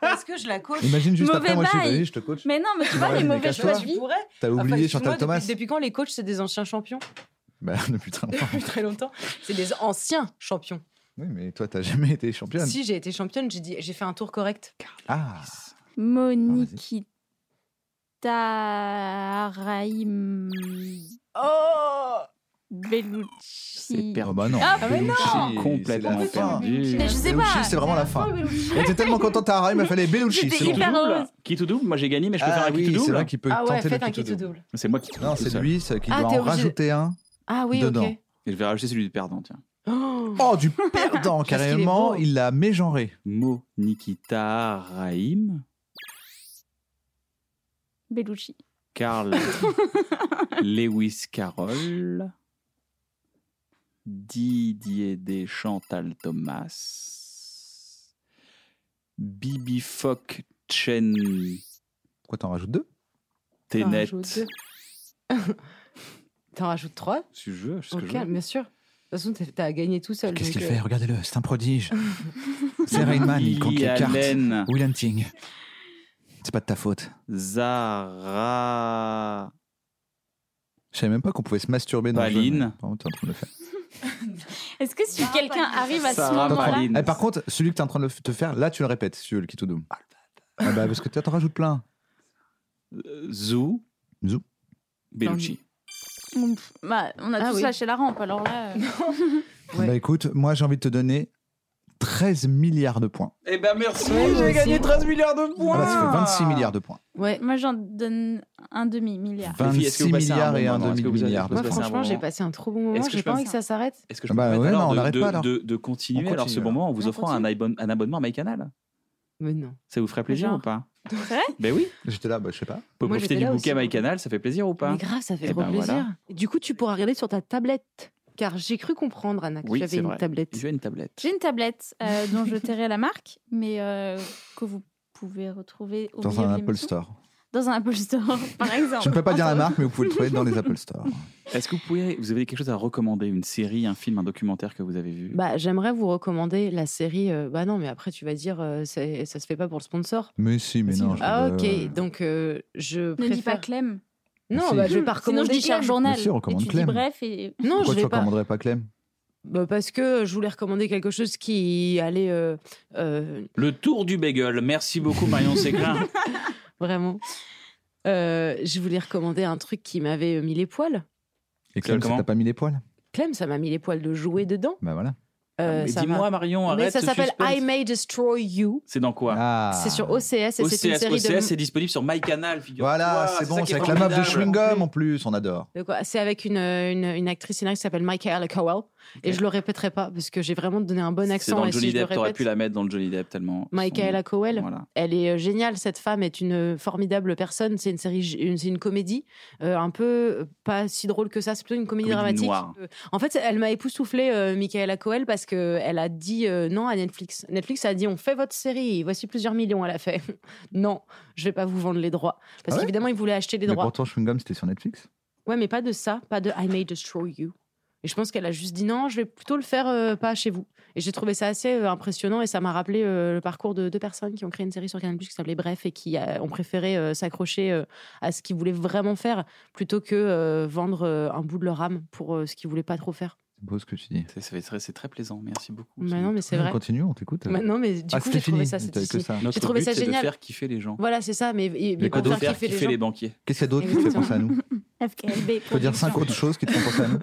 Parce que je la
[laughs]
coach.
Imagine juste
Mauvais
après, moi, je suis
bail.
vas-y, je te coach.
Mais non, mais tu vois,
Ouais,
les
mais
mauvais
cache-toi.
choix de vie.
T'as oublié Chantal Thomas
Depuis, depuis quand les coachs, c'est des anciens champions [laughs]
Bah, [laughs] depuis très longtemps.
Depuis très longtemps. C'est des anciens champions.
Oui, mais toi, t'as jamais été championne.
Si j'ai été championne, j'ai dit- j'ai fait un tour correct.
Ah,
Monikita Raim.
Ah
Oh Bellucci.
Oh bah non.
Ah, mais
Bellucci,
non
c'est
Complètement
la fin.
perdu.
Mais je sais
Bellucci,
pas.
c'est vraiment la fin.
Bellucci.
Elle était tellement contente à Harry, il m'a fallu Bellucci.
J'étais
C'est bon.
hyper heureuse.
Qui tout double Moi j'ai gagné, mais je peux faire
Ah
un qui
oui,
tout
c'est
double.
vrai qu'il peut
Ah ouais,
tenter le
faites un
qui
kit
tout double.
double.
C'est moi qui tout
Non,
tout
c'est
seul.
lui ça, qui
Ah,
doit
t'es
en
obligé de-
rajouter un.
Ah oui,
Dedans.
ok.
Et je vais rajouter celui du perdant, tiens.
Oh.
Oh, du perdant,
Qu'est-ce qu'il est
carrément.
beau.
Il l'a mégenré.
Mo Nikita Raïm,
Bellucci.
[laughs] Carl Lewis Carroll, Didier Deschamps Chantal Thomas, Bibi Fock Chen
Pourquoi t'en rajoutes deux
T'en
Tenet.
rajoutes deux. [laughs] T'en rajoutes trois
Si je veux, je sais ce
Ok,
que je veux.
bien sûr. De toute façon, t'as- t'as gagné tout seul.
Qu'est-ce
donc,
qu'il
euh,
fait Regardez-le, c'est un prodige. c'est
Ah,
Ah,
Rainman, il compte les
Woody
cartes.
Allen.
Will Hunting. C'est pas de ta faute.
Zara.
Je savais même pas qu'on pouvait se masturber dans le jeu.
Paline.
mais apparemment, t'es en train de le faire.
Est-ce que si quelqu'un arrive à ce
Sarah
moment-là.
Palin.
Eh, par contre, celui que t'es en train de le f- te faire, là, tu le répètes, si tu veux, le Kito Doom. Ah bah, parce que t'en rajoutes plein.
Euh, Zou.
Zou.
Bellucci.
Pff, bah, on a
Ah
tous
oui.
lâché la rampe, alors là. euh,
Ouais.
Bah écoute, moi, j'ai envie de te donner 13 milliards de points.
Eh ben merci,
Ouais, moi
j'ai gagné
aussi.
13 milliards de points.
Ah bah, ça fait 26 milliards de points.
Ouais.
Moi, j'en donne
[laughs]
un demi-milliard.
Les filles, est-ce que vous
26
passez un
milliards
bon
et un
moment Est-ce que vous avez-
demi-milliard.
vous
Moi,
passez un
franchement,
bon
j'ai
moment
passé un trop bon moment.
Est-ce que
J'ai
je
pas
peux
envie que ça s'arrête.
Est-ce que je peux
Bah
me permettre
ouais,
alors
non, on
de,
n'arrête
de-
pas, alors.
de- de continuer
On
alors ce
continue,
moment en vous
On
offrant un, abonnement un abonnement à MyCanal
Mais non.
Ça vous ferait plaisir
Genre.
ou pas
C'est vrai
Ben oui,
J'étais là, bah, je sais pas.
vous pouvez
Moi,
profiter
j'étais
du
là
bouquet
aussi.
MyCanal, ça fait plaisir ou pas
Mais grave, ça fait
Eh
trop
ben,
plaisir.
voilà.
Et Du coup, tu pourras regarder sur ta tablette. Car j'ai cru comprendre, Anna, que
Oui,
tu
c'est
avais une
vrai.
tablette.
J'ai une tablette.
J'ai une tablette euh, dont je tairai la marque, mais euh, que vous pouvez retrouver au
Dans
milieu
un
de
Apple
l'émission.
Store.
Dans un Apple Store, [laughs] par exemple.
Je ne peux pas dire la
Entre-
marque, mais vous pouvez le trouver dans les Apple Store.
Est-ce que vous pouvez, vous avez quelque chose à recommander Une série, un film, un documentaire que vous avez vu
Bah, j'aimerais vous recommander la série. euh, bah non, mais après, tu vas dire, euh, c'est- ça se fait pas pour le sponsor.
[laughs] Mais si, mais
Si,
non.
non.
je-
Ah, ok.
euh,
Donc, euh, je
Ne
préfère.
dis pas Clem.
Non,
Si.
bah, je vais pas
Sinon,
recommander.
je dis
Clem.
Cher Journal.
Bien sûr, on
et
commande
tu dis
Clem.
bref et.
Non, je
Pourquoi tu
vais pas.
recommanderais pas Clem
Bah, parce que je voulais recommander quelque chose qui allait euh, euh,
Le tour du bagel. Merci beaucoup Marion Séclin.
vraiment. Euh, je voulais recommander un truc qui m'avait mis les poils.
Et Clem, ça
Comment
t'a pas mis les poils
Clem, ça m'a mis les poils de jouer dedans.
Bah voilà.
[laughs] Euh,
Ah, Mais
ça
Dis-moi
m'a-
Marion, arrête
Mais ça
ce
s'appelle
suspense.
I May Destroy You.
C'est dans quoi
Ah.
C'est sur OCS et c'est
OCS,
une série
OCS,
de.
c'est disponible sur MyCanal, figure
Voilà, c'est bon, c'est avec la meuf de chewing gum en plus, on adore.
De quoi C'est avec une, euh, une, une actrice scénariste qui s'appelle Michaela Cowell. Et je le répéterai pas parce que j'ai vraiment donné un bon
C'est
accent.
dans le
et si
Johnny
je le
Depp, t'aurais
répète-
pu la mettre dans le Johnny Depp tellement.
Michaela Cowell.
Voilà.
Elle est euh, géniale, cette femme est une euh, formidable personne. C'est une série, gé- une- c'est une comédie, euh, un peu euh, pas si drôle que ça. C'est plutôt une comédie,
Comédie
dramatique.
noire.
Euh, en fait, elle m'a époustouflée, euh, Michaela Coel, parce que elle a dit euh, non à Netflix. Netflix a dit on fait votre série, voici plusieurs millions. Elle a fait [laughs] non, je vais pas vous vendre les droits,
Ah
parce
ouais
qu'évidemment ils voulaient acheter les
Mais
droits.
pourtant, Chewing Gum, c'était sur Netflix.
Ouais, mais pas de ça, pas de I may destroy you. Et je pense qu'elle a juste dit non, je vais plutôt le faire euh, pas chez vous. Et j'ai trouvé ça assez euh, impressionnant et ça m'a rappelé euh, le parcours de deux personnes qui ont créé une série sur Canal qui s'appelait Bref et qui euh, ont préféré euh, s'accrocher euh, à ce qu'ils voulaient vraiment faire plutôt que euh, vendre euh, un bout de leur âme pour euh, ce qu'ils voulaient pas trop faire.
C'est beau ce que tu dis.
C'est- ça fait très- C'est très plaisant, merci beaucoup.
Mais Bah non, mais c'est
Ouais,
vrai.
On continue, on t'écoute.
Mais non, mais du
ah,
coup,
c'était
j'ai trouvé
fini.
ça
T'avais que
satisfaisant.
ça.
Notre
J'ai trouvé
but,
ça
c'est
génial.
de faire kiffer les gens.
Voilà, c'est ça, mais, et- mais
quoi
pour
de faire
faire kiffer les gens.
les banquiers.
Qu'est-ce qu'il y a d'autre qui te fait
Exactement.
penser à nous
FKLB.
Tu peux dire cinq autres choses qui te font penser à nous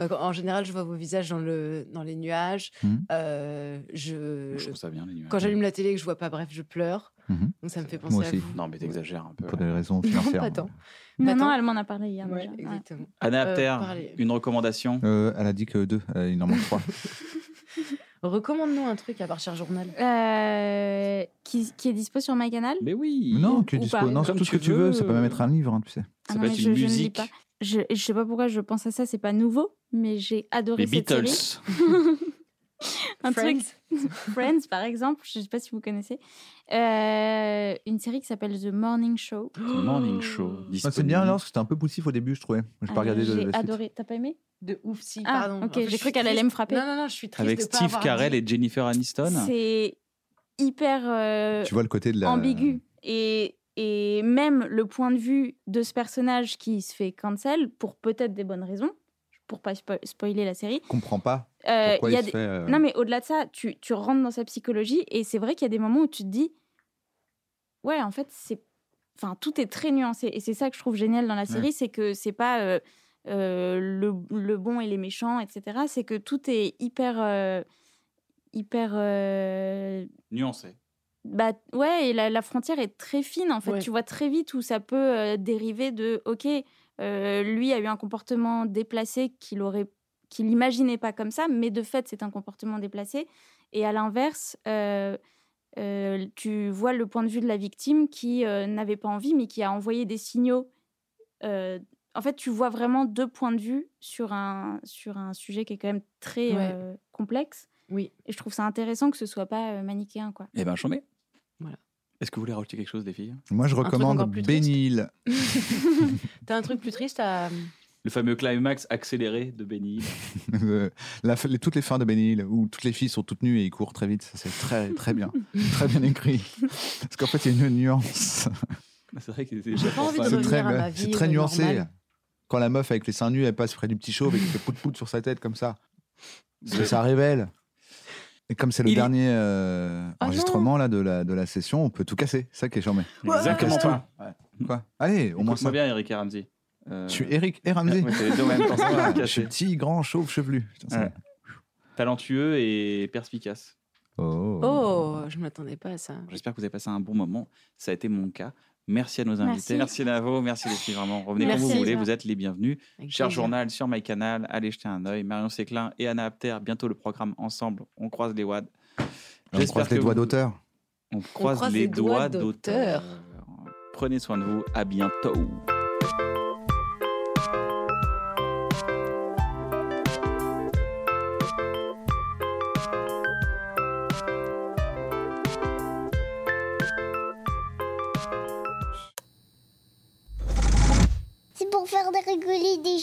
Donc, Bah, en général, je vois vos visages dans, le, dans les nuages.
Mhm.
Euh, je...
Je trouve ça bien, les nuages.
Quand j'allume la télé et que je vois pas bref, je pleure.
Mhm.
Donc ça me fait penser
Moi
à
aussi.
vous.
Non, mais t'exagères un peu.
Pour des raisons
Non,
financières.
pas tant.
Non, non,
Attends.
elle m'en a parlé hier.
Ouais,
déjà. Ouais.
exactement.
Anna
Euh,
Apter,
parlez.
une recommandation
Euh, elle a dit que deux, euh, il en manque trois.
Recommande-nous un truc à part
[gasps]
cher journal.
Euh, qui, qui est dispo sur ma canal
Mais oui
non, que
Ou
dispo,
pas.
non,
Comme
tout ce que
tu
tu veux,
veux.
ça peut même être un livre, hein, tu sais.
Ça
Ah non,
Ah
peut
mais
être
je-
une
je ne lis
musique.
pas. je, et je sais pas pourquoi je pense à ça, c'est pas nouveau, mais j'ai adoré
Les
cette
Beatles. [gasps]
série. Un truc-
Friends.
[laughs] Friends, par exemple, je sais pas si vous connaissez. Euh, une série qui s'appelle The Morning Show.
Morning Show.
Ah, c'est bien alors, parce que c'était un peu poussif au début, je trouvais. J'ai pas
Ah,
regardé le- la
J'ai
suite.
adoré. T'as pas aimé
De ouf, si,
Ah, ok,
pardon. En fait,
j'ai
je
cru
suis
qu'elle allait
triste.
me frapper.
Non, non, non, je suis triste.
Avec
de pas
Steve
avoir
Carell
dit.
et Jennifer Aniston.
C'est hyper euh,
Tu vois le côté de la.
ambigu. Et, et même le point de vue de ce personnage qui se fait cancel, pour peut-être des bonnes raisons, pour pas spo- spoiler la série,
Je comprends pas
euh,
pourquoi
il y
il
a
se
des-
fait. euh,
Non, mais au-delà de ça, tu, tu rentres dans sa psychologie et c'est vrai qu'il y a des moments où tu te dis Ouais, en fait, c'est. Enfin, tout est très nuancé. Et c'est ça que je trouve génial dans la série, c'est que c'est pas euh, euh, le, le bon et les méchants, etc. C'est que tout est hyper. euh, hyper. euh,
Nuancé.
bah ouais, et la, la frontière est très fine en fait.
Ouais.
Tu vois très vite où ça peut euh, dériver de ok, euh, lui a eu un comportement déplacé qu'il aurait, qu'il n'imaginait pas comme ça, mais de fait c'est un comportement déplacé. Et à l'inverse, euh, euh, tu vois le point de vue de la victime qui euh, n'avait pas envie, mais qui a envoyé des signaux. Euh, en fait, tu vois vraiment deux points de vue sur un sur un sujet qui est quand même très
Ouais.
euh, complexe.
Oui.
Et je trouve ça intéressant que ce soit pas euh, manichéen quoi.
Eh ben, j'en mets.
Voilà.
Est-ce que vous voulez rajouter quelque chose, des filles
Moi, je
truc encore
recommande
plus triste.
Benny Hill.
T'as un truc plus triste à.
Le fameux climax accéléré de Benny. [laughs]
La f- les- toutes les fins de Benny Hill, où toutes les filles sont toutes nues et ils courent très vite. Ça, c'est très, très
[laughs]
bien. très bien écrit. Parce qu'en fait, il y a une nuance.
C'est vrai qu'il était
J'ai pas envie de
C'est
revenir
très,
à ma
euh,
vie
c'est très
euh,
nuancé.
normale.
Quand la meuf avec les seins nus, elle passe près du petit chauve et qu'il fait pout-pout sur sa tête comme ça. Parce que
Ouais.
ça révèle. Et comme c'est le
Il-
dernier euh,
Ah
enregistrement là, de, la, de la session, on peut tout casser. C'est ça qui est charmé.
Exactement
Ouais.
pas.
Quoi Allez, au moins
Écoute-moi
ça.
bien, Eric et Ramsey. Euh,
Je suis Eric et Ramsey.
ouais, t'as les deux en même temps, ça va
Voilà,
me
je suis
casser.
petit, grand, chauve, chevelu. Putain, ça-
Ouais. Talentueux et perspicace.
Oh.
Oh, je m'attendais pas à ça.
J'espère que vous avez passé un bon moment. Ça a été mon cas. Merci à nos invités.
Merci.
Merci, Navo. Merci les filles. Vraiment, revenez
Merci
quand
à
vous voulez.
toi.
Vous êtes les bienvenus.
Avec
Cher
plaisir.
journal sur MyCanal, allez jeter un œil. Marion Séclin et Anna Apter. Bientôt le programme ensemble. On croise les wads.
On croise les doigts d'auteur.
On croise,
croise
les,
les
doigts
doigts
d'auteur. Prenez soin de vous. À bientôt.
C'est pour faire de rigoler des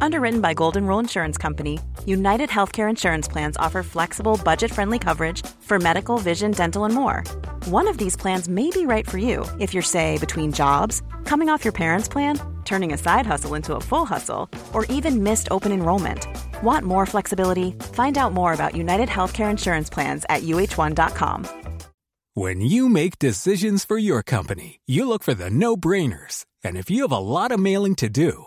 Underwritten by Golden Rule Insurance Company, United Healthcare Insurance Plans offer flexible, budget friendly coverage for medical, vision, dental, and more. One of these plans may be right for you if you're, say, between jobs, coming off your parents' plan, turning a side hustle into a full hustle, or even missed open enrollment. Want more flexibility? Find out more about United Healthcare Insurance Plans at uh1.com.
When you make decisions for your company, you look for the no brainers. And if you have a lot of mailing to do,